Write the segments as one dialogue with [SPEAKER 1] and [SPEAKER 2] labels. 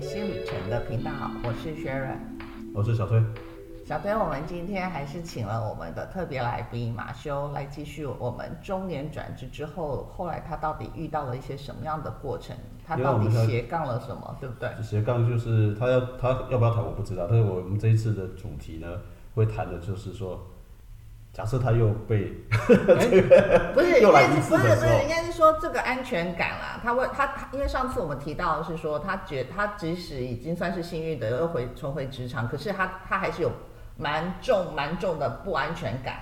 [SPEAKER 1] 们的频道，我是 Sharon。
[SPEAKER 2] 我哦是小崔。
[SPEAKER 1] 小崔，我们今天还是请了我们的特别来宾马修来继续我们中年转职之后，后来他到底遇到了一些什么样的过程？他
[SPEAKER 2] 因为
[SPEAKER 1] 到
[SPEAKER 2] 我
[SPEAKER 1] 底
[SPEAKER 2] 们现在
[SPEAKER 1] 斜杠了什么，对不对？
[SPEAKER 2] 斜杠就是他要他要不要谈我不知道，但是我们这一次的主题呢，会谈的就是说，假设他又被
[SPEAKER 1] 不是，
[SPEAKER 2] 又
[SPEAKER 1] 应
[SPEAKER 2] 来
[SPEAKER 1] 该
[SPEAKER 2] 一
[SPEAKER 1] 是
[SPEAKER 2] 次
[SPEAKER 1] 不是
[SPEAKER 2] 的
[SPEAKER 1] 不
[SPEAKER 2] 时
[SPEAKER 1] 是，
[SPEAKER 2] 候
[SPEAKER 1] 应该是说这个安全感啦。他为他他，因为上次我们提到的是说，他觉他即使已经算是幸运的又回重回职场，可是他他还是有蛮重蛮重的不安全感。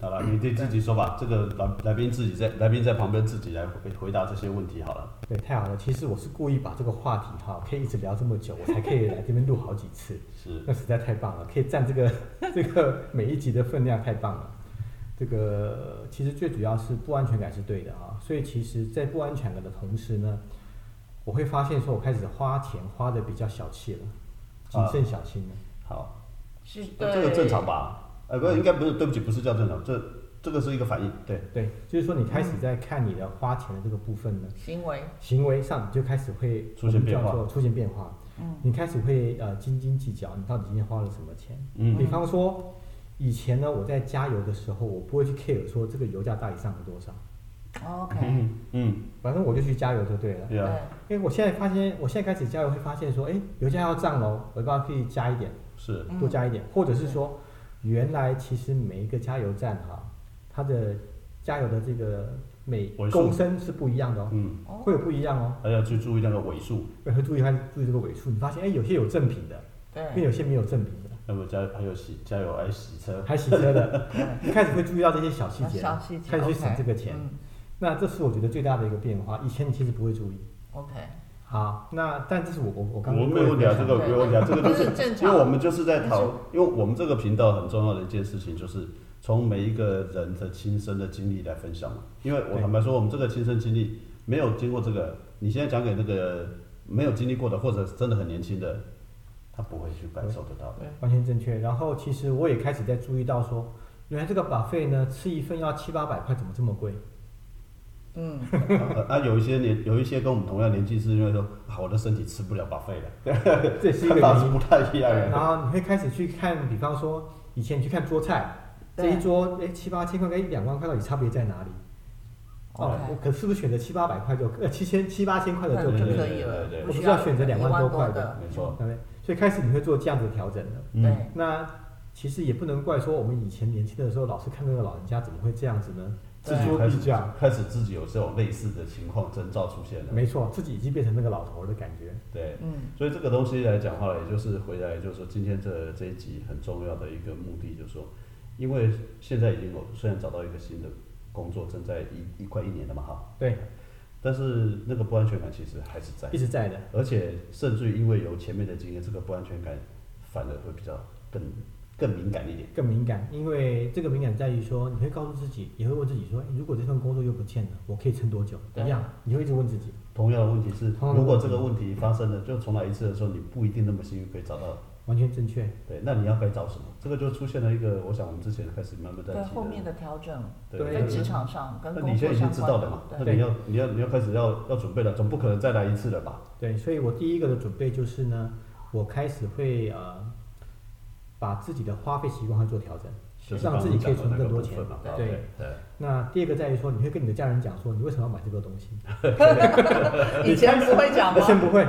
[SPEAKER 2] 好了，你对自己说吧。这个来来宾自己在来宾在旁边自己来回回答这些问题好了。
[SPEAKER 3] 对，太好了。其实我是故意把这个话题哈，可以一直聊这么久，我才可以来这边录好几次。
[SPEAKER 2] 是
[SPEAKER 3] 那实在太棒了，可以占这个这个每一集的分量，太棒了。这个其实最主要是不安全感是对的啊，所以其实，在不安全感的同时呢，我会发现说我开始花钱花的比较小气了，谨慎小心了。
[SPEAKER 2] 好，
[SPEAKER 1] 是
[SPEAKER 2] 那
[SPEAKER 1] 对，
[SPEAKER 2] 这个正常？吧？呃，不，应该不是，对不起，不是叫正常，这这个是一个反应，对。
[SPEAKER 3] 对，就是说你开始在看你的花钱的这个部分呢，
[SPEAKER 1] 行为
[SPEAKER 3] 行为上你就开始会
[SPEAKER 2] 出现变化，
[SPEAKER 3] 我们叫做出现变化。嗯，你开始会呃斤斤计较，你到底今天花了什么钱？
[SPEAKER 2] 嗯
[SPEAKER 3] 比方说，以前呢我在加油的时候，我不会去 care 说这个油价到底上了多少，
[SPEAKER 1] 哦，OK，、
[SPEAKER 2] 嗯嗯，
[SPEAKER 3] 反正我就去加油就对了。
[SPEAKER 2] 对
[SPEAKER 1] 对
[SPEAKER 2] 啊，
[SPEAKER 3] 因为我现在发现，我现在开始加油会发现说，哎，油价要涨喽，我要不要去加一点，
[SPEAKER 2] 是
[SPEAKER 1] 嗯
[SPEAKER 3] 多加一点？或者是说，原来其实每一个加油站哈、它的加油的这个每
[SPEAKER 2] 尾数
[SPEAKER 3] 公升是不一样的哦，
[SPEAKER 2] 嗯，
[SPEAKER 1] 哦
[SPEAKER 3] 会有不一样哦。
[SPEAKER 2] 还要去注意那个尾数，
[SPEAKER 3] 然后注意它注意这个尾数，你发现哎，有些有正品的，因为
[SPEAKER 1] 对，
[SPEAKER 3] 有些没有正品的，
[SPEAKER 2] 那么加还有洗加油还有洗车，
[SPEAKER 3] 还洗车的，你开始会注意到这些小细节
[SPEAKER 1] 嗯啊小
[SPEAKER 3] 了，
[SPEAKER 1] 细节，
[SPEAKER 3] 开始去省这个钱。
[SPEAKER 1] 嗯
[SPEAKER 3] 那这是我觉得最大的一个变化，以前你其实不会注意。
[SPEAKER 1] ，OK，
[SPEAKER 3] 好，那但这是我我我刚
[SPEAKER 2] 我没有问题啊，这个没有问题啊，这个就
[SPEAKER 1] 这是
[SPEAKER 2] 是
[SPEAKER 1] 正常
[SPEAKER 2] 因为我们就是在讨，因为我们这个频道很重要的一件事情就是从每一个人的亲身的经历来分享嘛。因为我
[SPEAKER 3] 对
[SPEAKER 2] 坦白说，我们这个亲身经历没有经过这个，你现在讲给那个没有经历过的，或者真的很年轻的，他不会去感受得到的。
[SPEAKER 3] 完全正确。然后其实我也开始在注意到说，原来这个把费呢，吃一份要七八百块，怎么这么贵？
[SPEAKER 1] 嗯，
[SPEAKER 2] 呃 啊，有一些年有一些跟我们同样年纪是因为说，啊，我的身体吃不了把费了，
[SPEAKER 3] 这也是一 个
[SPEAKER 2] 看法
[SPEAKER 3] 原
[SPEAKER 2] 是
[SPEAKER 3] 因。
[SPEAKER 2] 不太一样
[SPEAKER 3] 然
[SPEAKER 2] 的。
[SPEAKER 3] 后你会开始去看，比方说以前你去看桌菜，这
[SPEAKER 1] 对
[SPEAKER 3] 一桌哎七八千块跟一两万块到底差别在哪里？ 哦
[SPEAKER 1] OK，
[SPEAKER 3] 我可是不是选择七八百块就呃七千七八千块的就
[SPEAKER 1] 对
[SPEAKER 3] 可以
[SPEAKER 1] 就嗯
[SPEAKER 2] 对
[SPEAKER 1] 可
[SPEAKER 3] 了？
[SPEAKER 1] 以了
[SPEAKER 2] 对对，对
[SPEAKER 3] 我不
[SPEAKER 1] 需
[SPEAKER 3] 是要选择
[SPEAKER 1] 一
[SPEAKER 3] 两
[SPEAKER 1] 万
[SPEAKER 3] 万多块
[SPEAKER 1] 的
[SPEAKER 3] 的，
[SPEAKER 2] 没错
[SPEAKER 3] 对，不对？所以开始你会做这样子的调整的。
[SPEAKER 2] 嗯
[SPEAKER 1] 对，
[SPEAKER 3] 那其实也不能怪说我们以前年轻的时候，老是看那个老人家怎么会这样子呢？
[SPEAKER 1] 对
[SPEAKER 3] 锱
[SPEAKER 2] 自己
[SPEAKER 3] 铢
[SPEAKER 2] 开
[SPEAKER 3] 必
[SPEAKER 2] 始
[SPEAKER 3] 较，
[SPEAKER 2] 开始自己有这种类似的情况征兆出现了。
[SPEAKER 3] 没错，自己已经变成那个老头儿的感觉。
[SPEAKER 2] 对，
[SPEAKER 1] 嗯，
[SPEAKER 2] 所以这个东西来讲话，也就是回来，就是说今天这这一集很重要的一个目的，就是说，因为现在已经有虽然找到一个新的工作，正在一一快一年了嘛哈，
[SPEAKER 3] 对，
[SPEAKER 2] 但是那个不安全感其实还是在
[SPEAKER 3] 一，直在的。
[SPEAKER 2] 而且甚至于因为有前面的经验，这个不安全感反而会比较更更敏感一点。
[SPEAKER 3] 更敏感，因为这个敏感在于说，你会告诉自己，也会问自己说，诶如果这份工作又不见了，我可以撑多久？
[SPEAKER 1] 对
[SPEAKER 3] 一样，你会一直问自己。
[SPEAKER 2] 同样的问题是，
[SPEAKER 3] 同样的问题
[SPEAKER 2] 如果这个问题发生了就重来一次的时候，你不一定那么幸运可以找到。
[SPEAKER 3] 完全正确，
[SPEAKER 2] 对，那你要该找什么？这个就出现了一个，我想我们之前开始慢慢在
[SPEAKER 1] 对
[SPEAKER 2] 提
[SPEAKER 1] 后面的调整，
[SPEAKER 2] 对，
[SPEAKER 3] 对
[SPEAKER 1] 在职场上跟
[SPEAKER 2] 那
[SPEAKER 1] 工
[SPEAKER 2] 你
[SPEAKER 1] 作
[SPEAKER 2] 现在已经
[SPEAKER 1] 相
[SPEAKER 2] 知道
[SPEAKER 1] 关
[SPEAKER 2] 了
[SPEAKER 1] 的
[SPEAKER 2] 嘛？
[SPEAKER 1] 对。
[SPEAKER 2] 那你要你要你要开始要要准备了，总不可能再来一次了吧？
[SPEAKER 3] 对，所以我第一个的准备就是呢，我开始会呃，把自己的花费习惯会做调整。
[SPEAKER 2] 就是
[SPEAKER 3] 让自己可以存更多
[SPEAKER 2] 刚刚讲的那个部分嘛啊
[SPEAKER 3] 钱
[SPEAKER 2] 对对，
[SPEAKER 3] 那第二个在于说，你会跟你的家人讲说，你为什么要买这个东西？
[SPEAKER 1] 以前不会讲
[SPEAKER 3] 以前
[SPEAKER 1] 吗？
[SPEAKER 3] 不会，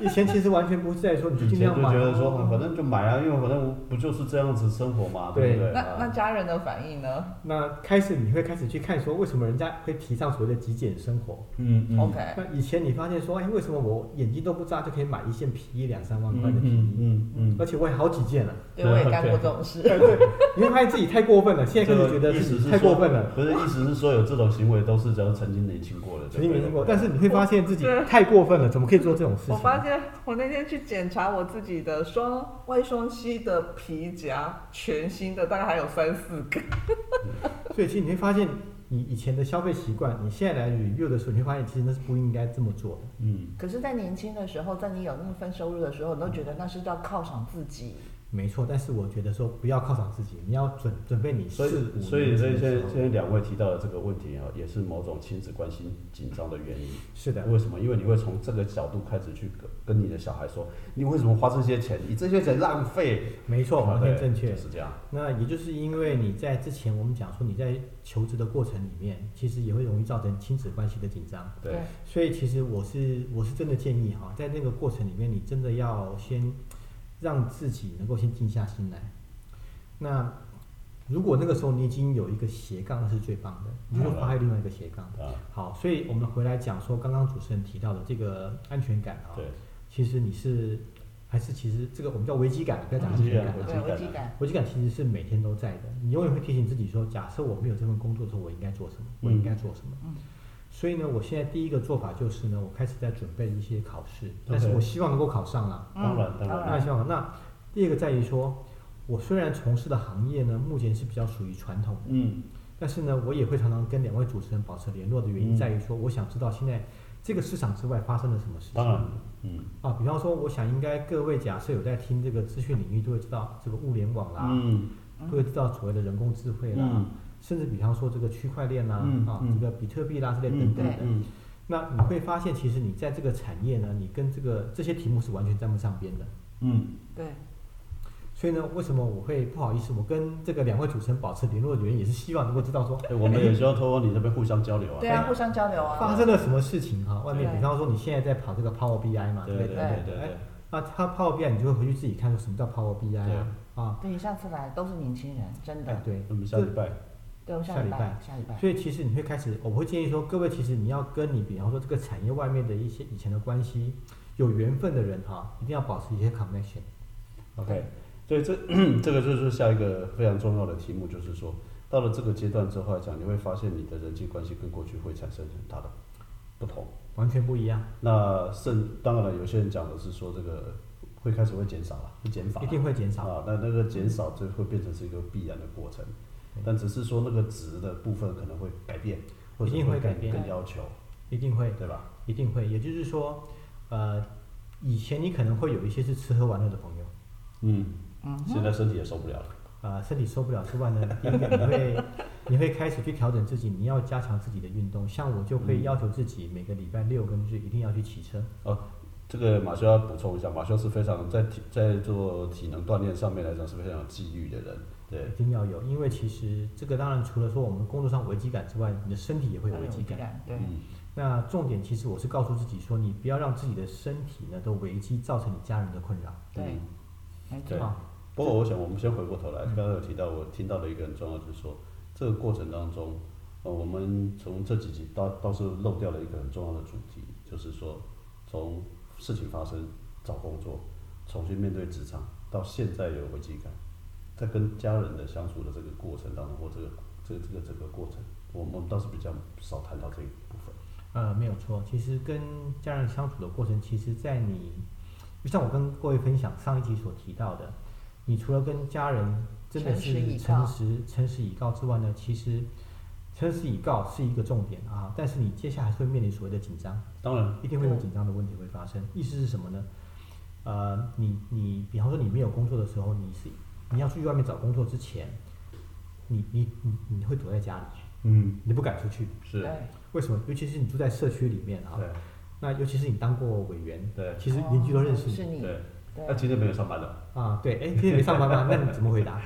[SPEAKER 3] 以前其实完全不 是在说你
[SPEAKER 2] 以
[SPEAKER 3] 尽
[SPEAKER 2] 前
[SPEAKER 3] 量
[SPEAKER 2] 就
[SPEAKER 3] 买哦，
[SPEAKER 2] 觉得说啊反正就买啊，因为反正我不就是这样子生活嘛，对不对？
[SPEAKER 1] 那那
[SPEAKER 2] 啊
[SPEAKER 1] 家人的反应呢
[SPEAKER 3] 那开始你会开始去看说，为什么人家会提倡所谓的极简生活？
[SPEAKER 2] 嗯嗯
[SPEAKER 1] ？OK，
[SPEAKER 3] 那以前你发现说，哎，为什么我眼睛都不眨就可以买一件皮衣两三万块的
[SPEAKER 2] 嗯
[SPEAKER 3] 皮
[SPEAKER 2] 嗯
[SPEAKER 3] 衣，
[SPEAKER 2] 嗯嗯，
[SPEAKER 3] 而且我也好几 件了。
[SPEAKER 1] 对我也干过这种事。
[SPEAKER 3] 对对，你会发现自己太过分了，现在开始觉得
[SPEAKER 2] 这个意
[SPEAKER 3] 自
[SPEAKER 2] 思
[SPEAKER 3] 己
[SPEAKER 2] 是
[SPEAKER 3] 太
[SPEAKER 2] 说
[SPEAKER 3] 过分了，
[SPEAKER 2] 不是意思是说有这种行为都是只要曾经年轻过的，
[SPEAKER 3] 曾经没听过，但
[SPEAKER 2] 是
[SPEAKER 3] 是你会发现自己太过分了，怎么可以做这种事
[SPEAKER 1] 我
[SPEAKER 3] 情？
[SPEAKER 1] 发现我那天去检查我自己的双外双膝的皮夹，全新的，大概还有三四个。
[SPEAKER 3] 所以其实你会发现，你以前的消费习惯，你现在来 review 的时候，你会发现其实那是不应该这么做的。
[SPEAKER 2] 嗯，
[SPEAKER 1] 可是，在年轻的时候，在你有那份收入的时候，你都觉得那是要犒赏自己，
[SPEAKER 3] 没错，但是我觉得说不要犒赏自己，你要准准备你
[SPEAKER 2] 所
[SPEAKER 3] 四
[SPEAKER 2] 以，
[SPEAKER 3] 五
[SPEAKER 2] 所以
[SPEAKER 3] 年
[SPEAKER 2] 所
[SPEAKER 3] 前
[SPEAKER 2] 以
[SPEAKER 3] 的
[SPEAKER 2] 现
[SPEAKER 3] 时
[SPEAKER 2] 在
[SPEAKER 3] 候
[SPEAKER 2] 现在两位提到的这个问题啊，也是某种亲子关系紧张的原因。
[SPEAKER 3] 是的，
[SPEAKER 2] 为什么？因为你会从这个角度开始去跟跟你的小孩说，你为什么花这些钱？你这些钱浪费。
[SPEAKER 3] 没错，完
[SPEAKER 2] 对
[SPEAKER 3] 全正确
[SPEAKER 2] 就。是这样。
[SPEAKER 3] 那也就是因为你在之前我们讲说你在求职的过程里面，其实也会容易造成亲子关系的紧张。
[SPEAKER 2] 对，
[SPEAKER 3] 所以其实我是我是真的建议哈，在那个过程里面，你真的要先让自己能够先静下心来。那如果那个时候你已经有一个斜杠，那是最棒的，你就
[SPEAKER 2] 好了
[SPEAKER 3] 发挥另外一个斜杠。
[SPEAKER 2] 啊，
[SPEAKER 3] 好，所以我们回来讲说，刚刚主持人提到的这个安全感啊，
[SPEAKER 2] 对，
[SPEAKER 3] 其实你是还是其实这个我们叫危机感，不要讲安
[SPEAKER 2] 危机
[SPEAKER 3] 全
[SPEAKER 2] 感危
[SPEAKER 3] 感啊
[SPEAKER 2] 机
[SPEAKER 1] 对，危机感，
[SPEAKER 3] 危机感其实是每天都在的，你永远会提醒自己说，假设我没有这份工作的时候，我应该做什么？我应该做什么？
[SPEAKER 1] 嗯
[SPEAKER 3] 所以呢，我现在第一个做法就是呢，我开始在准备一些考试，但
[SPEAKER 2] OK
[SPEAKER 3] 是我希望能够考上啦。
[SPEAKER 1] 嗯
[SPEAKER 2] 当然
[SPEAKER 1] 当
[SPEAKER 2] 当然
[SPEAKER 1] 然
[SPEAKER 3] 那希望那第二个在于说，我虽然从事的行业呢，目前是比较属于传统的，
[SPEAKER 2] 嗯，
[SPEAKER 3] 但是呢，我也会常常跟两位主持人保持联络的原因
[SPEAKER 2] 嗯
[SPEAKER 3] 在于说，我想知道现在这个市场之外发生了什么事情。
[SPEAKER 2] 当然，嗯
[SPEAKER 3] 啊，比方说，我想应该各位假设有在听这个资讯领域，都会知道这个物联网啦，
[SPEAKER 2] 嗯
[SPEAKER 3] 都会知道所谓的人工智慧啦，
[SPEAKER 2] 嗯
[SPEAKER 3] 甚至比方说这个区块链啦、
[SPEAKER 2] 嗯
[SPEAKER 3] 啊，
[SPEAKER 2] 嗯
[SPEAKER 3] 这个比特币啦之类等
[SPEAKER 2] 嗯
[SPEAKER 3] 等的。
[SPEAKER 2] 嗯，
[SPEAKER 3] 那你会发现，其实你在这个产业呢，你跟这个这些题目是完全沾不上边的。
[SPEAKER 2] 嗯，
[SPEAKER 1] 对，
[SPEAKER 3] 所以呢，为什么我会不好意思？我跟这个两位主持人保持联络的原因，也是希望能够知道说，
[SPEAKER 2] 哎我们也需要通过你这边互相交流啊。
[SPEAKER 1] 对啊，互相交流
[SPEAKER 3] 哎发
[SPEAKER 1] 啊，
[SPEAKER 3] 生了什么事情哈、啊。外面
[SPEAKER 1] 对
[SPEAKER 3] 比方说你现在在跑这个 Power BI 嘛，
[SPEAKER 2] 对
[SPEAKER 3] 不
[SPEAKER 2] 对对对
[SPEAKER 3] 哎
[SPEAKER 2] 对，
[SPEAKER 3] 那它 Power BI 你就会回去自己看说什么叫 Power BI 啊啊，
[SPEAKER 1] 对，上次来都是年轻人，真
[SPEAKER 3] 哎
[SPEAKER 1] 的，
[SPEAKER 3] 对，
[SPEAKER 2] 那么下礼拜，
[SPEAKER 1] 对，我
[SPEAKER 3] 下
[SPEAKER 1] 下
[SPEAKER 3] 礼
[SPEAKER 1] 礼
[SPEAKER 3] 拜
[SPEAKER 1] 拜，下礼拜，
[SPEAKER 3] 所以其实你会开始，我会建议说，各位其实你要跟你比方说这个产业外面的一些以前的关系有缘分的人哈、一定要保持一些 connection。
[SPEAKER 2] OK，所以这 这个就是下一个非常重要的题目，就是说到了这个阶段之后来讲，你会发现你的人际关系跟过去会产生很大的不同。
[SPEAKER 3] 完全不一样，
[SPEAKER 2] 那甚当然了，有些人讲的是说这个会开始会减少了，会减法啦，
[SPEAKER 3] 一定会减少。
[SPEAKER 2] 啊。那那个减少就会变成是一个必然的过程，但只是说那个值的部分可能会改变，或者
[SPEAKER 3] 一定会
[SPEAKER 2] 会
[SPEAKER 3] 改
[SPEAKER 2] 更
[SPEAKER 3] 变
[SPEAKER 2] 更要求，
[SPEAKER 3] 一定会，
[SPEAKER 2] 对吧？
[SPEAKER 3] 一定会。也就是说，呃，以前你可能会有一些是吃喝玩乐的朋友，
[SPEAKER 2] 嗯，
[SPEAKER 1] 嗯
[SPEAKER 2] 现在身体也受不了了，
[SPEAKER 3] 呃，身体受不了之外呢，第一个你 会你会开始去调整自己，你要加强自己的运动。像我就会要求自己每个礼拜六跟日一定要去骑车。
[SPEAKER 2] 哦，这个马修要补充一下，马修是非常在体在做体能锻炼上面来讲是非常有纪律的人，对
[SPEAKER 3] 一，定要有，因为其实这个当然除了说我们工作上危机感之外，你的身体也会有危
[SPEAKER 1] 有
[SPEAKER 3] 机感。
[SPEAKER 1] 感，对，
[SPEAKER 2] 嗯，
[SPEAKER 3] 那重点其实我是告诉自己说，你不要让自己的身体呢都危机造成你家人的困扰。
[SPEAKER 1] 对
[SPEAKER 2] 嗯，
[SPEAKER 1] 没
[SPEAKER 2] 对
[SPEAKER 1] 错，
[SPEAKER 3] 啊，
[SPEAKER 2] 不过，我想我们先回过头来，
[SPEAKER 3] 嗯
[SPEAKER 2] 刚刚有提到，我听到的一个很重要，就是说这个过程当中，呃，我们从这几集倒倒是漏掉了一个很重要的主题，就是说从事情发生找工作，重新面对职场，到现在有危机感，在跟家人的相处的这个过程当中，或这个这个这个整个过程，我们我们倒是比较少谈到这一部分。
[SPEAKER 3] 呃，没有错。其实跟家人相处的过程，其实在你，就像我跟各位分享上一集所提到的，你除了跟家人真的
[SPEAKER 1] 诚实
[SPEAKER 3] 是
[SPEAKER 1] 以告
[SPEAKER 3] 诚实诚实以告之外呢，其实诚实以告是一个重点啊，但是你接下来会面临所谓的紧张。
[SPEAKER 2] 当然，
[SPEAKER 3] 一定会有紧张的问题会发生。意思是什么呢？呃，你你比方说你没有工作的时候，你是你要出去外面找工作之前，你你你你会躲在家里，
[SPEAKER 2] 嗯，
[SPEAKER 3] 你不敢出去。
[SPEAKER 2] 是，
[SPEAKER 1] 对，
[SPEAKER 3] 为什么？尤其是你住在社区里面啊，
[SPEAKER 2] 对
[SPEAKER 3] 那尤其是你当过委员，
[SPEAKER 2] 对
[SPEAKER 3] 其实邻居都认识
[SPEAKER 1] 哦是
[SPEAKER 3] 你、
[SPEAKER 1] 你，
[SPEAKER 2] 对。那
[SPEAKER 1] 对，
[SPEAKER 2] 今天没有上班的，
[SPEAKER 3] 啊。对，哎，今天没上班吗？那 你怎么回答？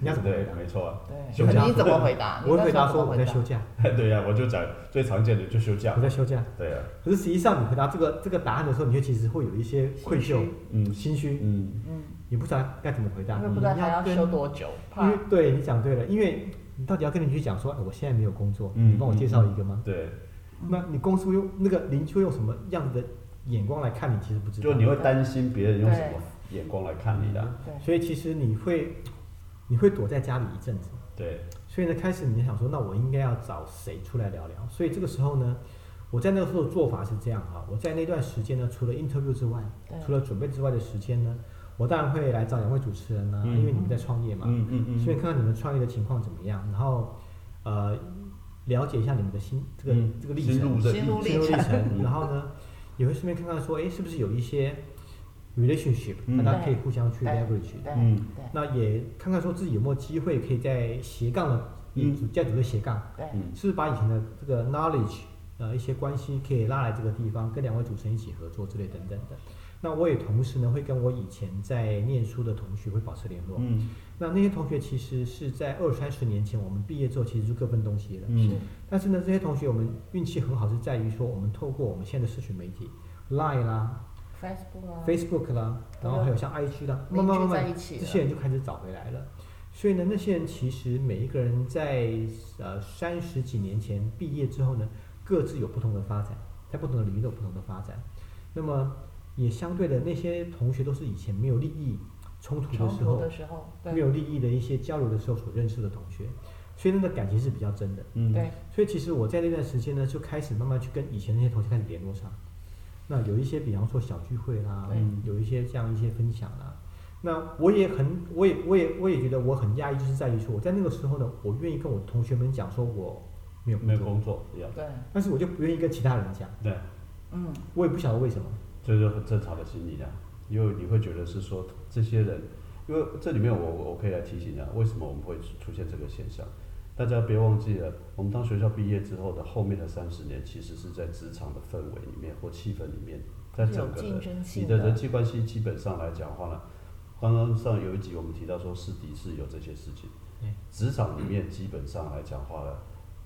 [SPEAKER 3] 你要怎么回
[SPEAKER 2] 对，
[SPEAKER 3] 答？
[SPEAKER 2] 没错啊。休
[SPEAKER 1] 对，
[SPEAKER 2] 假
[SPEAKER 1] 你怎么回答？你
[SPEAKER 3] 我会
[SPEAKER 1] 那
[SPEAKER 3] 回
[SPEAKER 1] 时候
[SPEAKER 3] 答
[SPEAKER 1] 怎么
[SPEAKER 3] 说我在
[SPEAKER 1] 回答
[SPEAKER 3] 休假，
[SPEAKER 2] 对呀、我就讲最常见的就休假
[SPEAKER 3] 我。在休假。
[SPEAKER 2] 对呀、
[SPEAKER 3] 可是实际上你回答这个这个答案的时候，你会其实会有一些愧疚、
[SPEAKER 2] 嗯
[SPEAKER 3] 心虚，
[SPEAKER 2] 嗯。
[SPEAKER 1] 嗯，
[SPEAKER 3] 你不知道该怎么回答。
[SPEAKER 1] 因为
[SPEAKER 3] 啊你
[SPEAKER 1] 不知道他要
[SPEAKER 3] 跟
[SPEAKER 1] 休多久，
[SPEAKER 3] 因
[SPEAKER 1] 怕
[SPEAKER 3] 为对你讲对了，因为你到底要跟邻居讲说，哎，我现在没有工作，
[SPEAKER 2] 嗯
[SPEAKER 3] 你帮我介绍一个吗？
[SPEAKER 2] 对，
[SPEAKER 3] 那你公司用那个邻居会用什么样子的眼光来看你，其实不知道。
[SPEAKER 2] 就你会担心别人用什么眼光来看你的，
[SPEAKER 1] 对，
[SPEAKER 3] 所以其实你会你会躲在家里一阵子，
[SPEAKER 2] 对，
[SPEAKER 3] 所以呢，开始你想说，那我应该要找谁出来聊聊？所以这个时候呢，我在那个时候的做法是这样哈，我在那段时间呢，除了 interview 之外，
[SPEAKER 1] 对
[SPEAKER 3] 除了准备之外的时间呢，我当然会来找两位主持人呢、啊
[SPEAKER 2] 嗯
[SPEAKER 3] 因为你们在创业嘛，
[SPEAKER 2] 嗯嗯
[SPEAKER 3] 顺
[SPEAKER 2] 嗯，
[SPEAKER 3] 便看看你们创业的情况怎么样，然后呃了解一下你们的心这个、
[SPEAKER 2] 嗯
[SPEAKER 3] 这个历
[SPEAKER 2] 心路
[SPEAKER 3] 程，
[SPEAKER 2] 的
[SPEAKER 1] 心路
[SPEAKER 3] 心路
[SPEAKER 1] 历
[SPEAKER 3] 历
[SPEAKER 1] 程
[SPEAKER 3] 程，
[SPEAKER 2] 嗯
[SPEAKER 3] 然后呢也会顺便看看说，哎，是不是有一些 relationship，
[SPEAKER 2] 嗯
[SPEAKER 3] 大家可以互相去
[SPEAKER 1] 对
[SPEAKER 3] leverage。
[SPEAKER 1] 对
[SPEAKER 2] 嗯
[SPEAKER 1] 对
[SPEAKER 3] 那也看看说自己有没有机会可以在斜杠的，
[SPEAKER 2] 嗯
[SPEAKER 3] 嗯，家族的斜杠，
[SPEAKER 1] 对
[SPEAKER 2] 嗯
[SPEAKER 3] 是不是把以前的这个 knowledge 呃一些关系可以拉来这个地方，跟两位主持人一起合作之类等等的。那我也同时呢会跟我以前在念书的同学会保持联络。
[SPEAKER 2] 嗯
[SPEAKER 3] 那那些同学其实是在二三十年前我们毕业之后其实就各奔东西了。
[SPEAKER 2] 嗯
[SPEAKER 3] 但是呢，这些同学我们运气很好，是在于说我们透过我们现在的社群媒体，Line 啦、
[SPEAKER 1] ，Facebook 啊
[SPEAKER 3] Facebook 啦，然嗯后还有像 IG 啦，
[SPEAKER 1] 对啊
[SPEAKER 3] 慢慢
[SPEAKER 1] 凝
[SPEAKER 3] 慢
[SPEAKER 1] 聚在一
[SPEAKER 3] 慢，
[SPEAKER 1] 起了
[SPEAKER 3] 这些人就开始找回来了。所以呢，那些人其实每一个人在呃三十几年前毕业之后呢，各自有不同的发展，在不同的领域都有不同的发展。那么也相对的，那些同学都是以前没有利益冲突的
[SPEAKER 1] 冲
[SPEAKER 3] 时
[SPEAKER 1] 突
[SPEAKER 3] 候
[SPEAKER 1] 的，时候，对
[SPEAKER 3] 没有利益的一些交流的时候所认识的同学，所以那个感情是比较真的。
[SPEAKER 2] 嗯，
[SPEAKER 1] 对，
[SPEAKER 3] 所以其实我在那段时间呢，就开始慢慢去跟以前那些同学开始联络上。那有一些，比方说小聚会啦
[SPEAKER 1] 对，
[SPEAKER 3] 有一些这样一些分享啦。那我也很，我也，我也，我也觉得我很讶异，就是在于说，我在那个时候呢，我愿意跟我的同学们讲说我没有
[SPEAKER 2] 没
[SPEAKER 3] 工
[SPEAKER 2] 有
[SPEAKER 3] 作，
[SPEAKER 2] 工作
[SPEAKER 3] 嗯
[SPEAKER 2] 一样，
[SPEAKER 1] 对，
[SPEAKER 3] 但是我就不愿意跟其他人讲，
[SPEAKER 2] 对，
[SPEAKER 1] 嗯，
[SPEAKER 3] 我也不晓得为什么。
[SPEAKER 2] 这就很正常的心理啊，因为你会觉得是说这些人，因为这里面我我我可以来提醒一下，为什么我们会出现这个现象？大家别忘记了，我们当学校毕业之后的后面的三十年，其实是在职场的氛围里面或气氛里面，在
[SPEAKER 1] 是有
[SPEAKER 2] 整个
[SPEAKER 1] 竞
[SPEAKER 2] 的
[SPEAKER 1] 争
[SPEAKER 2] 你
[SPEAKER 1] 性
[SPEAKER 2] 的人际关系基本上来讲的话呢，刚刚上有一集我们提到说是敌是友这些事情
[SPEAKER 3] 对，
[SPEAKER 2] 职场里面基本上来讲的话呢，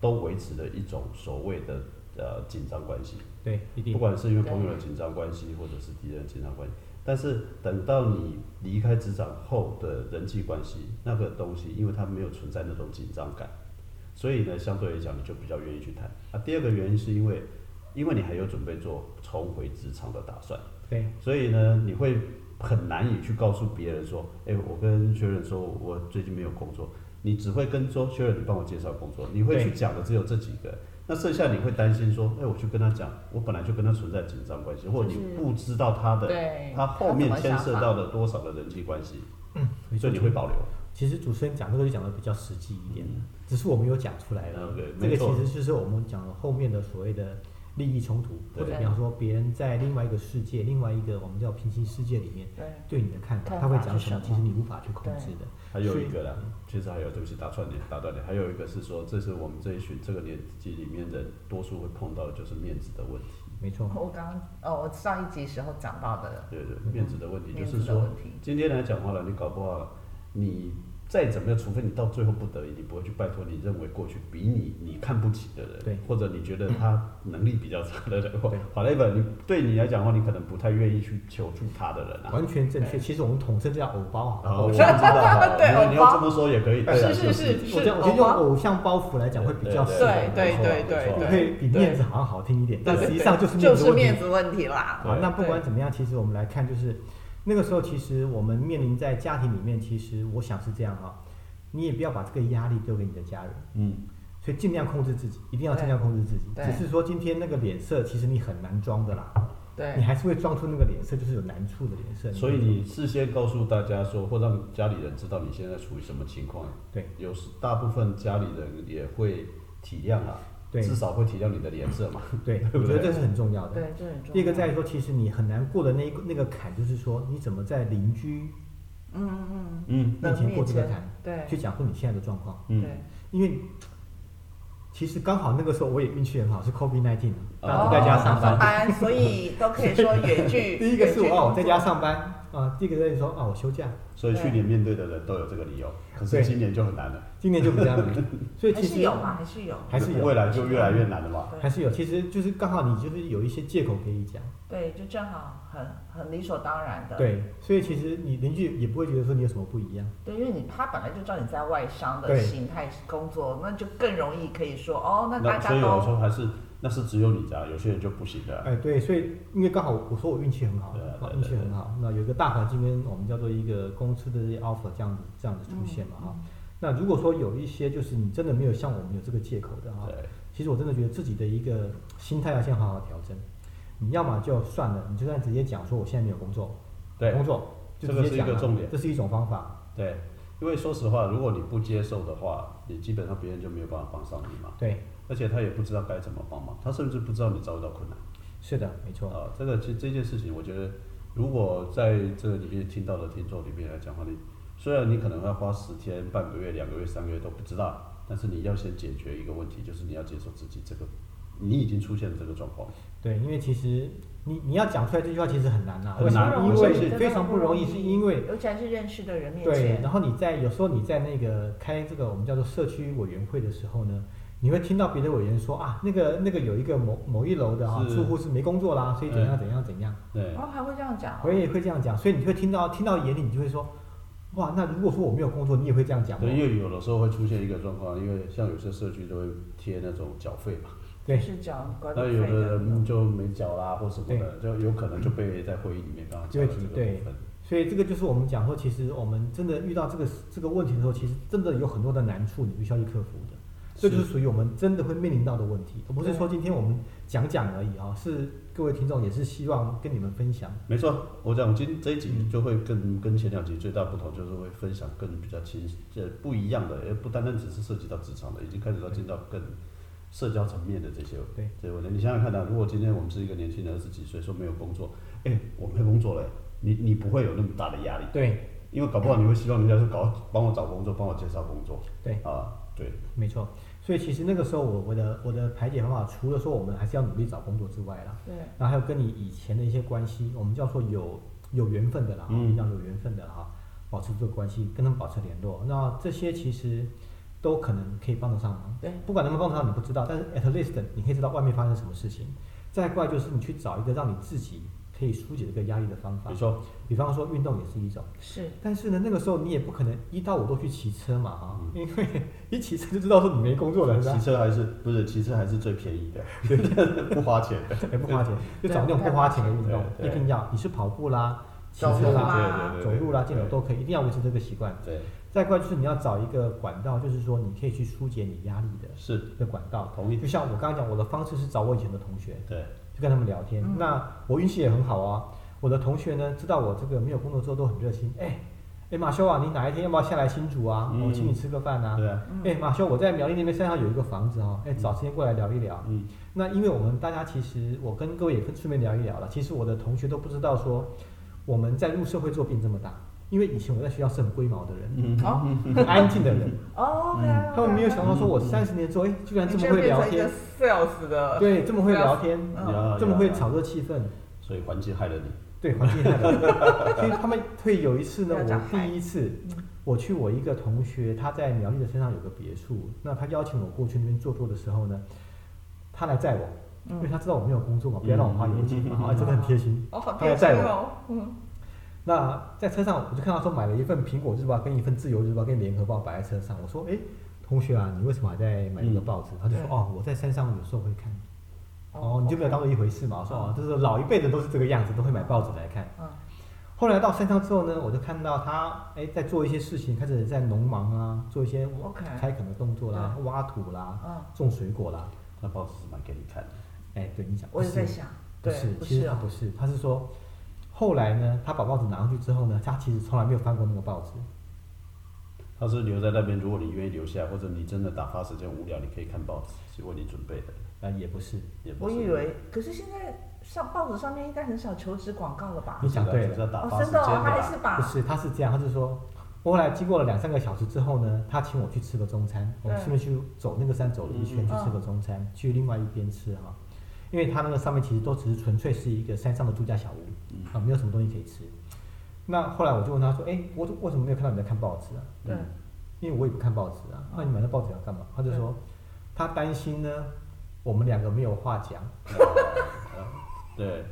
[SPEAKER 2] 都维持了一种所谓的呃紧张关系。
[SPEAKER 3] 对，一定
[SPEAKER 2] 不管是因为朋友的紧张关系，或者是敌人的紧张关系，但是等到你离开职场后的人际关系，那个东西，因为它没有存在那种紧张感，所以呢，相对来讲你就比较愿意去谈。啊，第二个原因是因为，因为你还有准备做重回职场的打算，
[SPEAKER 3] 对，
[SPEAKER 2] 所以呢，你会很难以去告诉别人说，哎、我跟学人说我最近没有工作，你只会跟说学人，你帮我介绍工作，你会去
[SPEAKER 3] 对
[SPEAKER 2] 讲的只有这几个。那剩下你会担心说，哎、我去跟他讲，我本来就跟他存在紧张关系，或者
[SPEAKER 1] 就
[SPEAKER 2] 你
[SPEAKER 1] 是
[SPEAKER 2] 不知道他的，
[SPEAKER 1] 对，
[SPEAKER 2] 他后
[SPEAKER 1] 怎
[SPEAKER 2] 面
[SPEAKER 1] 么
[SPEAKER 2] 牵涉
[SPEAKER 1] 想法
[SPEAKER 2] 到的多少的人际关系，
[SPEAKER 3] 没
[SPEAKER 2] 所
[SPEAKER 3] 错
[SPEAKER 2] 以你会保留。
[SPEAKER 3] 其实主持人讲这个就讲的比较实际一点
[SPEAKER 1] 嗯
[SPEAKER 3] 了，只是我没有讲出来了。
[SPEAKER 2] OK，
[SPEAKER 3] 这
[SPEAKER 2] 没
[SPEAKER 3] 个
[SPEAKER 2] 错
[SPEAKER 3] 其实就是我们讲了后面的所谓的利益冲突，
[SPEAKER 2] 对
[SPEAKER 3] 或者比方说别人在另外一个世界、另外一个我们叫平行世界里面
[SPEAKER 1] 对
[SPEAKER 3] 对你的看法，
[SPEAKER 1] 看
[SPEAKER 3] 他会
[SPEAKER 1] 法
[SPEAKER 3] 讲
[SPEAKER 1] 是
[SPEAKER 3] 什么，
[SPEAKER 1] 什
[SPEAKER 3] 其
[SPEAKER 1] 么
[SPEAKER 3] 实你无法去控
[SPEAKER 1] 对
[SPEAKER 3] 制的。
[SPEAKER 2] 还有一
[SPEAKER 3] 所以
[SPEAKER 2] 个啦，其实还有，对不起，打断你，打断你，还有一个是说，这是我们这一群这个年纪里面人多数会碰到的就是面子的问题。
[SPEAKER 3] 没错，
[SPEAKER 1] 我刚刚哦，我上一集时候讲到的
[SPEAKER 2] 对对，面子的问题就
[SPEAKER 1] 嗯面子
[SPEAKER 2] 是
[SPEAKER 1] 的
[SPEAKER 2] 说
[SPEAKER 1] 问，题，
[SPEAKER 2] 今天来讲话了，你搞不好你再怎么样，除非你到最后不得已，你不会去拜托你认为过去比你你看不起的人，
[SPEAKER 3] 对
[SPEAKER 2] 或者你觉得他能力比较差的人，或
[SPEAKER 3] 对
[SPEAKER 2] whatever，你对你来讲的话，你可能不太愿意去求助他的人啊。
[SPEAKER 3] 完全正确。其实我们统称这叫偶包啊。
[SPEAKER 2] 然后
[SPEAKER 1] 哦
[SPEAKER 2] 我
[SPEAKER 3] 偶
[SPEAKER 2] 不知
[SPEAKER 3] 像
[SPEAKER 2] 道，好
[SPEAKER 1] 对
[SPEAKER 2] 你你要
[SPEAKER 1] 偶包
[SPEAKER 2] 这么说也可以，对啊
[SPEAKER 1] 是是是
[SPEAKER 2] 就是
[SPEAKER 3] 我
[SPEAKER 1] 是
[SPEAKER 3] 这样我
[SPEAKER 1] 偶
[SPEAKER 3] 觉得用
[SPEAKER 1] 包
[SPEAKER 3] 偶像包袱来讲会比较适合
[SPEAKER 1] 对
[SPEAKER 3] 我。
[SPEAKER 1] 对对
[SPEAKER 2] 没错
[SPEAKER 1] 对对
[SPEAKER 3] 因为比面子好像好听一点，但实际上就是面
[SPEAKER 1] 就
[SPEAKER 3] 子
[SPEAKER 1] 是
[SPEAKER 3] 问题
[SPEAKER 1] 面子问题啦。
[SPEAKER 3] 好，
[SPEAKER 2] 对
[SPEAKER 3] 那不管怎么样，其实我们来看，就是那个时候，其实我们面临在家庭里面，其实我想是这样哈、啊你也不要把这个压力丢给你的家人，
[SPEAKER 2] 嗯，
[SPEAKER 3] 所以尽量控制自己，一定要尽量控制自己。
[SPEAKER 1] 对
[SPEAKER 3] 只是说今天那个脸色，其实你很难装的啦，你
[SPEAKER 1] 对
[SPEAKER 3] 还是会装出那个脸色，就是有难处的脸色。
[SPEAKER 2] 所以你事先告诉大家说，或让家里人知道你现在处于什么情况，
[SPEAKER 3] 对
[SPEAKER 2] 有时大部分家里人也会体谅啊，
[SPEAKER 3] 对
[SPEAKER 2] 至少会体谅你的脸色嘛。
[SPEAKER 3] 对，
[SPEAKER 2] 对
[SPEAKER 3] 我
[SPEAKER 2] 不
[SPEAKER 3] 觉
[SPEAKER 2] 对
[SPEAKER 3] 得这是很重要的。
[SPEAKER 1] 对，这很重要。
[SPEAKER 3] 第一个在于说，其实你很难过的那一个那个坎，就是说你怎么在邻居
[SPEAKER 1] 嗯嗯
[SPEAKER 2] 嗯
[SPEAKER 3] 面前过这个
[SPEAKER 1] 面前
[SPEAKER 3] 坎，
[SPEAKER 1] 嗯，对
[SPEAKER 3] 去讲述你现在的状况。
[SPEAKER 2] 嗯。
[SPEAKER 1] 对
[SPEAKER 3] 因为其实刚好那个时候我也运气很好，是 COVID nineteen，啊
[SPEAKER 2] 哦
[SPEAKER 3] 大家都在家上班。
[SPEAKER 1] 哦上班，所以都可以说远距。
[SPEAKER 3] 第一个是我
[SPEAKER 1] 远距
[SPEAKER 3] 哦，我
[SPEAKER 1] 工
[SPEAKER 3] 在
[SPEAKER 1] 作
[SPEAKER 3] 家上班啊，第一个在说啊，我休假，
[SPEAKER 2] 所以去年面对的人都有这个理由，可是
[SPEAKER 3] 对
[SPEAKER 2] 今年就很难了，
[SPEAKER 3] 今年就比 较难，所以
[SPEAKER 1] 还
[SPEAKER 3] 其
[SPEAKER 1] 是
[SPEAKER 3] 实
[SPEAKER 1] 有嘛，还是有。
[SPEAKER 3] 还是有
[SPEAKER 2] 未来就越来越难了嘛。
[SPEAKER 3] 还是有，其实就是刚好你就是有一些借口可以讲，
[SPEAKER 1] 对，就正好很很理所当然的。
[SPEAKER 3] 对，所以其实你邻居也不会觉得说你有什么不一样，
[SPEAKER 1] 对，因为你他本来就知道你在外商的
[SPEAKER 3] 对
[SPEAKER 1] 形态工作，那就更容易可以说哦，那大
[SPEAKER 2] 所
[SPEAKER 1] 家
[SPEAKER 2] 以有时
[SPEAKER 1] 都嗯
[SPEAKER 2] 候还是那是只有你家，有些人就不行的。
[SPEAKER 3] 哎，对，所以因为刚好我说我运气很好
[SPEAKER 2] 对啊，对
[SPEAKER 3] 啊
[SPEAKER 2] 啊
[SPEAKER 3] 运气
[SPEAKER 2] 对啊
[SPEAKER 3] 很好，那有一个大环境跟我们叫做一个公司的 offer 这样子这样子出现嘛哈。那如果说有一些就是你真的没有像我们有这个借口的哈，
[SPEAKER 2] 对，
[SPEAKER 3] 其实我真的觉得自己的一个心态要先好好调整。你要么就算了，你就算直接讲说我现在没有工作，
[SPEAKER 2] 对
[SPEAKER 3] 工作就
[SPEAKER 2] 这个
[SPEAKER 3] 直
[SPEAKER 2] 是
[SPEAKER 3] 接
[SPEAKER 2] 一
[SPEAKER 3] 讲
[SPEAKER 2] 个
[SPEAKER 3] 了
[SPEAKER 2] 重点
[SPEAKER 3] 这是一种方法。
[SPEAKER 2] 对，因为说实话，如果你不接受的话，你基本上别人就没有办法帮上你嘛，
[SPEAKER 3] 对，
[SPEAKER 2] 而且他也不知道该怎么帮忙，他甚至不知道你遭遇到困难。呃
[SPEAKER 3] 是的，没错。
[SPEAKER 2] 啊，这个其实这件事情，我觉得如果在这里面听到的听众里面来讲的话，你虽然你可能要花十天、半个月、两个月、三个月都不知道，但是你要先解决一个问题，就是你要接受自己这个，你已经出现了这个状况。
[SPEAKER 3] 对，因为其实你你要讲出来这句话其实很难呐、
[SPEAKER 2] 很难
[SPEAKER 3] 因
[SPEAKER 2] 我
[SPEAKER 3] 为
[SPEAKER 2] 相信
[SPEAKER 3] 非常不容易，是因为
[SPEAKER 1] 嗯尤其还是认识的人面
[SPEAKER 3] 对，
[SPEAKER 1] 前，
[SPEAKER 3] 然后你在有时候你在那个开这个我们叫做社区委员会的时候呢，你会听到别的委员说啊，那个那个有一个某某一楼的啊
[SPEAKER 2] 是
[SPEAKER 3] 住户是没工作啦，所以怎样怎样怎样，
[SPEAKER 2] 对
[SPEAKER 1] 然，后还会这样讲哦，
[SPEAKER 3] 我也会这样讲，所以你会听到听到眼里你就会说，哇，那如果说我没有工作，你也会这样讲吗
[SPEAKER 2] 对，因为有的时候会出现一个状况，因为像有些社区都会贴那种缴费嘛，
[SPEAKER 3] 对
[SPEAKER 1] 是讲管
[SPEAKER 2] 那
[SPEAKER 1] 理
[SPEAKER 2] 有
[SPEAKER 1] 费
[SPEAKER 2] 的
[SPEAKER 1] 的，
[SPEAKER 2] 人就没缴啦或什么的，就有可能就被在会议里面刚刚讲的这个
[SPEAKER 3] 就会提
[SPEAKER 2] 部分。
[SPEAKER 3] 所以这个就是我们讲说，其实我们真的遇到这个这个问题的时候，其实真的有很多的难处，你必须要去克服的。这就是属于我们真的会面临到的问题，而不是说今天我们讲讲而已啊、是各位听众也是希望跟你们分享。
[SPEAKER 2] 没错，我讲今这一集就会跟跟前两集最大不同，就是会分享更比较清呃不一样的，也不单单只是涉及到职场的，已经开始到进到更社交层面的这些
[SPEAKER 3] 对
[SPEAKER 2] 这些问题。你想想看啊，如果今天我们是一个年轻人二十几岁说没有工作，哎，我没工作了，你你不会有那么大的压力，
[SPEAKER 3] 对
[SPEAKER 2] 因为搞不好你会希望人家说搞帮我找工作，帮我介绍工作
[SPEAKER 3] 对，
[SPEAKER 2] 啊，对，
[SPEAKER 3] 没错。所以其实那个时候我我的我的排解方法，除了说我们还是要努力找工作之外啦，
[SPEAKER 1] 对，
[SPEAKER 3] 然后还有跟你以前的一些关系，我们叫做有有缘分的啦，
[SPEAKER 2] 嗯
[SPEAKER 3] 我们叫有缘分的哈，保持这个关系，跟他们保持联络。那这些其实都可能可以帮得上忙。
[SPEAKER 1] 对
[SPEAKER 3] 不管能不能帮得上你不知道，但是 at least 你可以知道外面发生什么事情。再过来就是你去找一个让你自己可以疏解这个压力的方法
[SPEAKER 2] 没，错，
[SPEAKER 3] 比方说运动也是一种。
[SPEAKER 1] 是
[SPEAKER 3] 但是呢，那个时候你也不可能一到五都去骑车嘛哈，
[SPEAKER 2] 嗯
[SPEAKER 3] 因为 一骑车就知道说你没工作了，是吧
[SPEAKER 2] 骑？车还是不是骑车还是最便宜的， 不花钱的，
[SPEAKER 3] 也不花钱，就
[SPEAKER 1] 对
[SPEAKER 3] 找那种不花钱的运动，
[SPEAKER 2] 对对
[SPEAKER 3] 一定要。你是跑步啦、骑
[SPEAKER 1] 走
[SPEAKER 3] 车
[SPEAKER 1] 路
[SPEAKER 3] 啦、
[SPEAKER 1] 啦，
[SPEAKER 2] 对对
[SPEAKER 3] 啊走
[SPEAKER 2] 对
[SPEAKER 3] 路啦、健走都可以，一定要维持这个习惯。
[SPEAKER 2] 对，
[SPEAKER 3] 再过来就是你要找一个管道，就是说你可以去疏解你压力的
[SPEAKER 2] 是
[SPEAKER 3] 一个管道。
[SPEAKER 2] 同意
[SPEAKER 3] 就像我刚刚讲，我的方式是找我以前的同学，
[SPEAKER 2] 对，
[SPEAKER 3] 就跟他们聊天。
[SPEAKER 1] 嗯
[SPEAKER 3] 那我运气也很好啊，我的同学呢知道我这个没有工作之后都很热心，哎。哎，马修啊，你哪一天要不要下来新竹啊？
[SPEAKER 2] 嗯
[SPEAKER 3] 我请你吃个饭啊。
[SPEAKER 2] 对嗯啊，
[SPEAKER 3] 哎，马修，我在苗栗那边山上有一个房子哦，哎，找时间过来聊一聊。
[SPEAKER 2] 嗯，
[SPEAKER 3] 那因为我们大家其实，我跟各位也分顺便聊一聊了。其实我的同学都不知道说，我们在入社会之后变这么大，因为以前我在学校是很龟毛的人，
[SPEAKER 2] 嗯，
[SPEAKER 1] 哦
[SPEAKER 3] 很安静的人，
[SPEAKER 1] 哦，OK，
[SPEAKER 3] 嗯他们没有想到说我三十年之后，哎，居然这
[SPEAKER 1] 你
[SPEAKER 3] 么
[SPEAKER 1] 这
[SPEAKER 3] 会
[SPEAKER 1] 变
[SPEAKER 3] 聊
[SPEAKER 1] 成一个
[SPEAKER 3] 天，
[SPEAKER 1] sales 的，
[SPEAKER 3] 对，这么会聊天，
[SPEAKER 2] 呀
[SPEAKER 3] 这么会
[SPEAKER 2] 呀
[SPEAKER 3] 炒热气氛，
[SPEAKER 2] 所以环境害了你。
[SPEAKER 3] 对，很厉 害的。所以他们会有一次呢，
[SPEAKER 1] 不要讲
[SPEAKER 3] 我第一次
[SPEAKER 1] 嗯
[SPEAKER 3] 我去我一个同学，他在苗栗的山上有个别墅，那他邀请我过去那边坐坐的时候呢，他来载我，
[SPEAKER 1] 嗯
[SPEAKER 3] 因为他知道我没有工作嘛，不要让我花油钱嘛，啊，真的很贴心。
[SPEAKER 1] 哦，好
[SPEAKER 3] 他来
[SPEAKER 1] 贴心
[SPEAKER 3] 载我。
[SPEAKER 1] 哦，嗯，
[SPEAKER 3] 那在车上我就看到说买了一份《苹果日报》跟一份《自由日报》跟《联合报》摆在车上，我说，哎，同学啊，你为什么还在买这个报纸？他就说，
[SPEAKER 1] 嗯对
[SPEAKER 3] 哦，我在山上有时候会看。
[SPEAKER 1] 哦
[SPEAKER 3] 哦，你就没有当做一回事嘛？我说哦，就是老一辈的都是这个样子，都会买报纸来看。
[SPEAKER 1] 嗯，
[SPEAKER 3] 后来到山上之后呢，我就看到他哎在做一些事情，开始在农忙啊，做一些
[SPEAKER 1] OK
[SPEAKER 3] 开垦的动作啦，挖土啦，
[SPEAKER 1] 嗯
[SPEAKER 3] 种水果啦。
[SPEAKER 2] 那报纸是买给你看的，
[SPEAKER 3] 哎，对你讲，
[SPEAKER 1] 我也
[SPEAKER 3] 不是
[SPEAKER 1] 在，想，
[SPEAKER 3] 不
[SPEAKER 1] 对
[SPEAKER 3] 是，，
[SPEAKER 1] 不
[SPEAKER 3] 其
[SPEAKER 1] 是
[SPEAKER 3] 实他
[SPEAKER 1] 哦
[SPEAKER 3] 不是，他是说后来呢，他把报纸拿上去之后呢，他其实从来没有翻过那个报纸。
[SPEAKER 2] 他是留在那边，如果你愿意留下，或者你真的打发时间无聊，你可以看报纸，是为你准备的，
[SPEAKER 3] 呃，也不是，
[SPEAKER 2] 也不
[SPEAKER 1] 我
[SPEAKER 2] 是。
[SPEAKER 1] 以为，可是现在上报纸上面应该很少求职广告了吧
[SPEAKER 3] 你？讲对
[SPEAKER 2] 就是
[SPEAKER 3] 了，
[SPEAKER 2] 要打
[SPEAKER 1] 哦，
[SPEAKER 2] 发时
[SPEAKER 1] 真
[SPEAKER 2] 间啊
[SPEAKER 1] 哦，他还
[SPEAKER 2] 啦
[SPEAKER 1] 是把
[SPEAKER 3] 不是，他是这样，他是说，我后来经过了两三个小时之后呢，他请我去吃个中餐，我们
[SPEAKER 1] 对
[SPEAKER 3] 顺便去走那个山走了一圈
[SPEAKER 1] 嗯
[SPEAKER 3] 去吃个中餐，去另外一边吃哈，因为他那个上面其实都只是纯粹是一个山上的度假小屋，啊，没有什么东西可以吃。那后来我就问他说，哎，我为什么没有看到你在看报纸啊？
[SPEAKER 1] 对
[SPEAKER 2] 嗯
[SPEAKER 3] 因为我也不看报纸啊，那你买那报纸要干嘛？他就说，他担心呢，我们两个没有话讲，
[SPEAKER 1] 哦
[SPEAKER 2] 对，了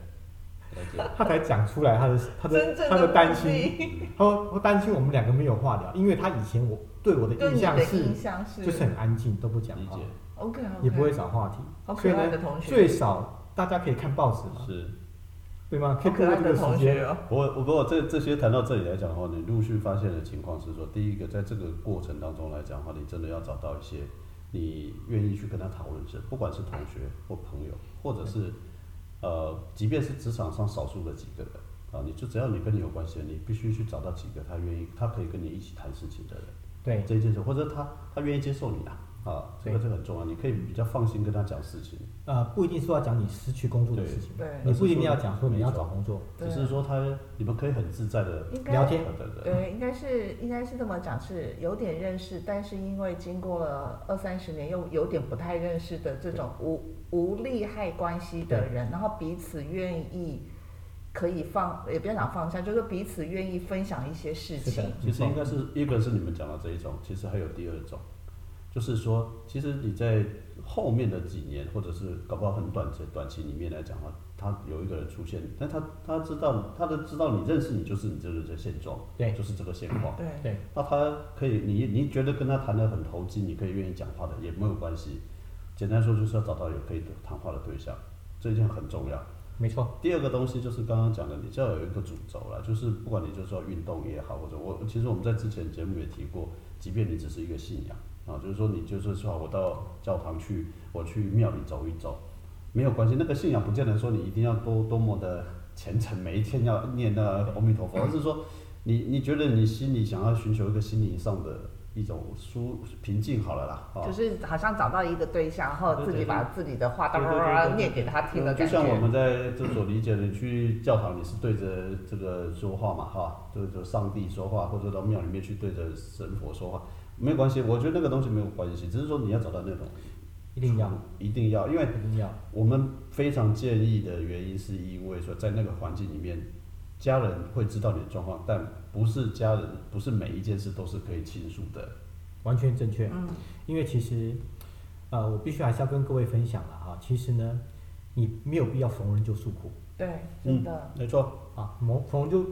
[SPEAKER 2] 解。
[SPEAKER 3] 他才讲出来他的他的
[SPEAKER 1] 真正
[SPEAKER 3] 他的担
[SPEAKER 1] 目
[SPEAKER 3] 心。
[SPEAKER 1] 的
[SPEAKER 3] 他说他担心我们两个没有话聊，因为他以前我对我的
[SPEAKER 1] 对
[SPEAKER 3] 印
[SPEAKER 1] 你
[SPEAKER 3] 象
[SPEAKER 1] 的
[SPEAKER 3] 是
[SPEAKER 1] 印象是
[SPEAKER 3] 就是很安静，都不讲
[SPEAKER 2] 理
[SPEAKER 3] 话
[SPEAKER 2] 解，
[SPEAKER 1] OK，
[SPEAKER 3] 也不会找话题。
[SPEAKER 1] 好可
[SPEAKER 3] 所以
[SPEAKER 1] 爱的
[SPEAKER 3] 呢，
[SPEAKER 1] 同学，
[SPEAKER 3] 最少大家可以看报纸嘛，
[SPEAKER 2] 是。
[SPEAKER 3] 对吗？
[SPEAKER 1] 好
[SPEAKER 3] 可以
[SPEAKER 1] 可
[SPEAKER 3] 度过
[SPEAKER 1] 爱
[SPEAKER 3] 这
[SPEAKER 1] 的
[SPEAKER 3] 个
[SPEAKER 1] 同
[SPEAKER 3] 时
[SPEAKER 1] 学
[SPEAKER 3] 间。
[SPEAKER 1] 哦，
[SPEAKER 2] 我我不过这这些谈到这里来讲的话，你陆续发现的情况是说，第一个在这个过程当中来讲的话，你真的要找到一些你愿意去跟他讨论的，不管是同学或朋友，或者
[SPEAKER 3] 嗯
[SPEAKER 2] 是呃，即便是职场上少数的几个人啊，你就只要你跟你有关系的，你必须去找到几个他愿意，他可以跟你一起谈事情的人。
[SPEAKER 3] 对
[SPEAKER 2] 这一件事，或者他他愿意接受你啊，啊，这个
[SPEAKER 3] 对
[SPEAKER 2] 这个很重要，你可以比较放心跟他讲事情，
[SPEAKER 3] 呃，不一定说要讲你失去工作的事情，
[SPEAKER 1] 对
[SPEAKER 3] 你不一定要讲说你要找工作，
[SPEAKER 1] 对
[SPEAKER 2] 只是说他你们可以很自在的
[SPEAKER 1] 应该
[SPEAKER 3] 聊天
[SPEAKER 2] 对对对，
[SPEAKER 1] 对，应该是应该是这么讲，是有点认识，但是因为经过了二三十年，又有点不太认识的这种无无利害关系的
[SPEAKER 3] 对
[SPEAKER 1] 人，然后彼此愿意可以放，也不要讲放下，就是彼此愿意分享一些事
[SPEAKER 3] 是的
[SPEAKER 1] 情。
[SPEAKER 2] 其实应该是一个是你们讲的这一种，其实还有第二种，就是说，其实你在后面的几年，或者是搞不好很短期短期里面来讲的话，他有一个人出现，但他他知道他的知道你认识你就是你这个这现状，
[SPEAKER 3] 对
[SPEAKER 2] 就是这个现况。
[SPEAKER 1] 对
[SPEAKER 3] 对
[SPEAKER 2] 那他可以，你你觉得跟他谈的很投机，你可以愿意讲话的也没有关系。简单说就是要找到有可以谈话的对象，这一点很重要。
[SPEAKER 3] 没错，
[SPEAKER 2] 第二个东西就是刚刚讲的，你就要有一个主轴了，就是不管你就是要运动也好，或者我其实我们在之前节目也提过，即便你只是一个信仰啊，就是说你就是说我到教堂去，我去庙里走一走，没有关系，那个信仰不见得说你一定要多多么的虔诚，每一天要念那阿弥陀佛，而是说你你觉得你心里想要寻求一个心灵上的一种舒平静好了啦，啊，
[SPEAKER 1] 就是好像找到一个对象，然后
[SPEAKER 2] 对
[SPEAKER 1] 自己
[SPEAKER 2] 对
[SPEAKER 1] 把自己的话
[SPEAKER 2] 对
[SPEAKER 1] 哒哒
[SPEAKER 2] 对对
[SPEAKER 1] 哒
[SPEAKER 2] 对对
[SPEAKER 1] 念给他听的
[SPEAKER 2] 嗯就
[SPEAKER 1] 感
[SPEAKER 2] 像我
[SPEAKER 1] 觉。
[SPEAKER 2] 们在这所理解的，你去教堂你是对着这个说话嘛，哈，对着上帝说话，或者到庙里面去对着神佛说话，没有关系，我觉得那个东西没有关系，只是说你要找到那种
[SPEAKER 3] 一定要，
[SPEAKER 2] 一定要，因为
[SPEAKER 3] 一定要，
[SPEAKER 2] 我们非常建议的原因是因为说在那个环境里面，家人会知道你的状况，但不是家人，不是每一件事都是可以倾诉的，
[SPEAKER 3] 完全正确。
[SPEAKER 1] 嗯，
[SPEAKER 3] 因为其实，呃，我必须还是要跟各位分享了哈。其实呢，你没有必要逢人就诉苦
[SPEAKER 1] 对，真的。
[SPEAKER 2] 没错，
[SPEAKER 3] 啊，逢逢人就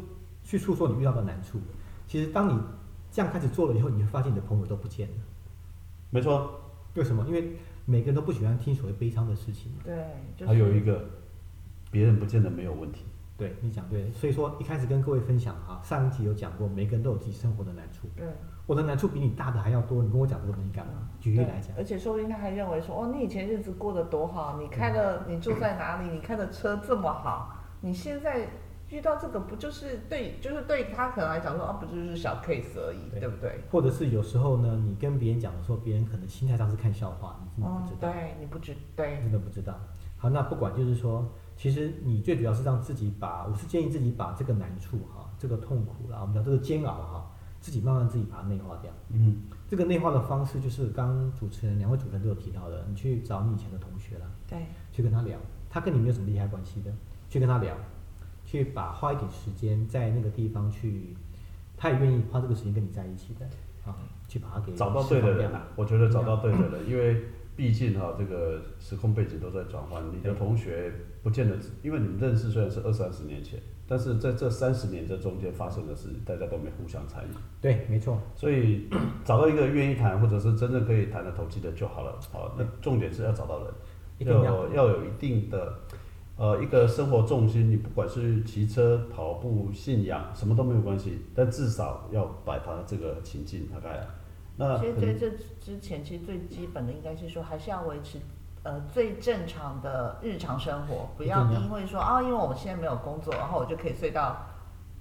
[SPEAKER 3] 去诉说你遇到的难处。其实当你这样开始做了以后，你会发现你的朋友都不见了。
[SPEAKER 2] 没错，
[SPEAKER 3] 为什么？因为每个人都不喜欢听所谓悲伤的事情。
[SPEAKER 1] 对，就是、
[SPEAKER 2] 还有一个，别人不见得没有问题，
[SPEAKER 3] 对你讲对了，所以说一开始跟各位分享啊，上一集有讲过，每个人都有自己生活的难处，
[SPEAKER 1] 对，
[SPEAKER 3] 我的难处比你大的还要多，你跟我讲这个东西干嘛？啊举例
[SPEAKER 1] 对
[SPEAKER 3] 来讲，
[SPEAKER 1] 而且说不定他还认为说，哦，你以前日子过得多好，你开的
[SPEAKER 3] 嗯
[SPEAKER 1] 你住在哪里，你开的车这么好，你现在遇到这个不就是对，就是对他可能来讲说，啊，不就是小 case 而已，
[SPEAKER 3] 对
[SPEAKER 1] 对不对？
[SPEAKER 3] 或者是有时候呢，你跟别人讲的时候，别人可能心态上是看笑话，你真的
[SPEAKER 1] 嗯
[SPEAKER 3] 不知，道，
[SPEAKER 1] 对，你不知对，
[SPEAKER 3] 真的不知道。好，那不管就是说，其实你最主要是让自己把，我是建议自己把这个难处哈、这个痛苦啦，我们讲这个煎熬哈、自己慢慢自己把它内化掉。
[SPEAKER 2] 嗯，
[SPEAKER 3] 这个内化的方式就是刚刚主持人两位主持人都有提到的，你去找你以前的同学啦，
[SPEAKER 1] 对，
[SPEAKER 3] 去跟他聊，他跟你没有什么利害关系的，去跟他聊，去把花一点时间在那个地方去，他也愿意花这个时间跟你在一起的啊，去把他给
[SPEAKER 2] 找到对的人
[SPEAKER 3] 释放掉
[SPEAKER 2] 啊，我觉得找到对的
[SPEAKER 3] 嗯
[SPEAKER 2] 人，因为毕竟哈、这个时空背景都在转换，你的同学不见得只，因为你们认识虽然是二三十年前，但是在这三十年这中间发生的事，大家都没互相参与，
[SPEAKER 3] 对，没错，
[SPEAKER 2] 所以找到一个愿意谈或者是真正可以谈得投机的就好了。好，那重点是要找到人，
[SPEAKER 3] 一定要
[SPEAKER 2] 要有一定的。呃，一个生活重心，你不管是骑车、跑步、信仰，什么都没有关系，但至少要摆他这个情境大概。啊那
[SPEAKER 1] 其实
[SPEAKER 2] 可能
[SPEAKER 1] 在这之前，其实最基本的应该是说，还是要维持。呃，最正常的日常生活，不要
[SPEAKER 3] 一定要
[SPEAKER 1] 因为说啊，因为我现在没有工作，然后我就可以睡到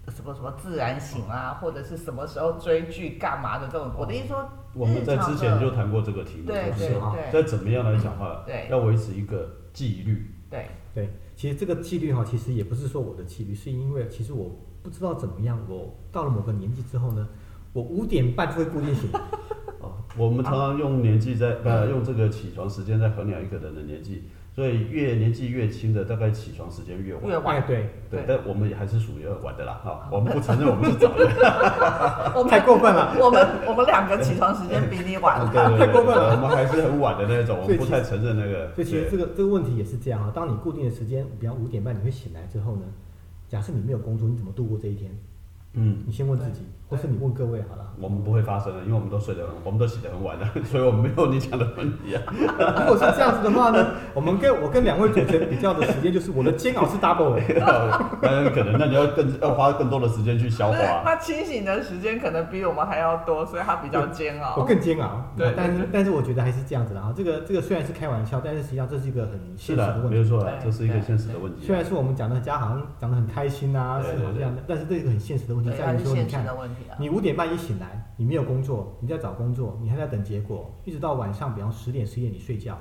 [SPEAKER 1] 什么什么自然醒啊，或者是什么时候追剧干嘛的这种。我的意思说，
[SPEAKER 2] 我们在之前就
[SPEAKER 1] 日常的
[SPEAKER 2] 谈过这个题目，
[SPEAKER 1] 对
[SPEAKER 2] 就是
[SPEAKER 1] 对
[SPEAKER 2] 说
[SPEAKER 1] 对
[SPEAKER 2] 在怎么样来讲话，
[SPEAKER 1] 对
[SPEAKER 2] 要维持一个纪 律，
[SPEAKER 1] 对
[SPEAKER 3] 对。其实这个纪律哈，其实也不是说我的纪律，是因为其实我不知道怎么样，我到了某个年纪之后呢，我五点半就会固定醒，
[SPEAKER 2] 哦，我们常常用年纪在
[SPEAKER 3] 嗯
[SPEAKER 2] 呃用这个起床时间在衡量一个人的年纪，所以越年纪越轻的，大概起床时间越 晚。
[SPEAKER 1] 越
[SPEAKER 3] 哎，
[SPEAKER 1] 晚，
[SPEAKER 3] 对，啊
[SPEAKER 2] 对
[SPEAKER 1] 对，
[SPEAKER 2] 但我们也还是属于晚的啦，哈，我们不承认我们是早 的，
[SPEAKER 1] 我们
[SPEAKER 3] 太过分了。
[SPEAKER 1] 我们我们两个起床时间比你晚
[SPEAKER 2] 对
[SPEAKER 1] 了，
[SPEAKER 2] 对
[SPEAKER 3] 太过分了
[SPEAKER 2] 对，我们还是很晚的那种，我
[SPEAKER 3] 所
[SPEAKER 2] 们
[SPEAKER 3] 以
[SPEAKER 2] 不
[SPEAKER 3] 其实
[SPEAKER 2] 太承认那个。
[SPEAKER 3] 所以其实这个这个问题也是这样啊，当你固定的时间，比方五点半你会醒来之后呢，假设你没有工作，你怎么度过这一天？
[SPEAKER 2] 嗯，
[SPEAKER 3] 你先问自己，
[SPEAKER 1] 对
[SPEAKER 3] 或是你问各位好了，
[SPEAKER 2] 我们不会发生的，因为我们都睡得很，我们都起得很晚的， 所以我们没有你讲的问题 啊。
[SPEAKER 3] 如果是这样子的话呢，我们跟我跟两位主持人比较的时间，就是我的煎熬是 double 的。
[SPEAKER 2] 那可能那你要更要花更多的时间去消
[SPEAKER 1] 就
[SPEAKER 2] 化
[SPEAKER 1] 是
[SPEAKER 2] 啊。
[SPEAKER 1] 他清醒的时间可能比我们还要多，所以他比较煎
[SPEAKER 3] 我
[SPEAKER 1] 熬。
[SPEAKER 3] 更煎熬，
[SPEAKER 2] 对
[SPEAKER 3] 但是但是我觉得还是这样子的哈。这个这个虽然是开玩笑，但是实际上这是一个很
[SPEAKER 2] 是
[SPEAKER 3] 现实
[SPEAKER 2] 的
[SPEAKER 3] 的，问
[SPEAKER 2] 没有
[SPEAKER 3] 题。
[SPEAKER 2] 错啦，
[SPEAKER 1] 哎对
[SPEAKER 2] 这是一个
[SPEAKER 1] 对
[SPEAKER 2] 现实的问题啊。
[SPEAKER 3] 虽然说我们讲的家好像讲的很开心啊，
[SPEAKER 2] 对
[SPEAKER 3] 是
[SPEAKER 2] 对
[SPEAKER 3] 好这样的，但是这是一个很现实的问题
[SPEAKER 1] 对，
[SPEAKER 3] 在
[SPEAKER 1] 它
[SPEAKER 3] 于
[SPEAKER 1] 是
[SPEAKER 3] 说，你
[SPEAKER 1] 现实
[SPEAKER 3] 看
[SPEAKER 1] 的问题啊。
[SPEAKER 3] 你五点半一醒来，你没有工作，你在找工作，你还在等结果，一直到晚上，比方十点十一点你睡觉，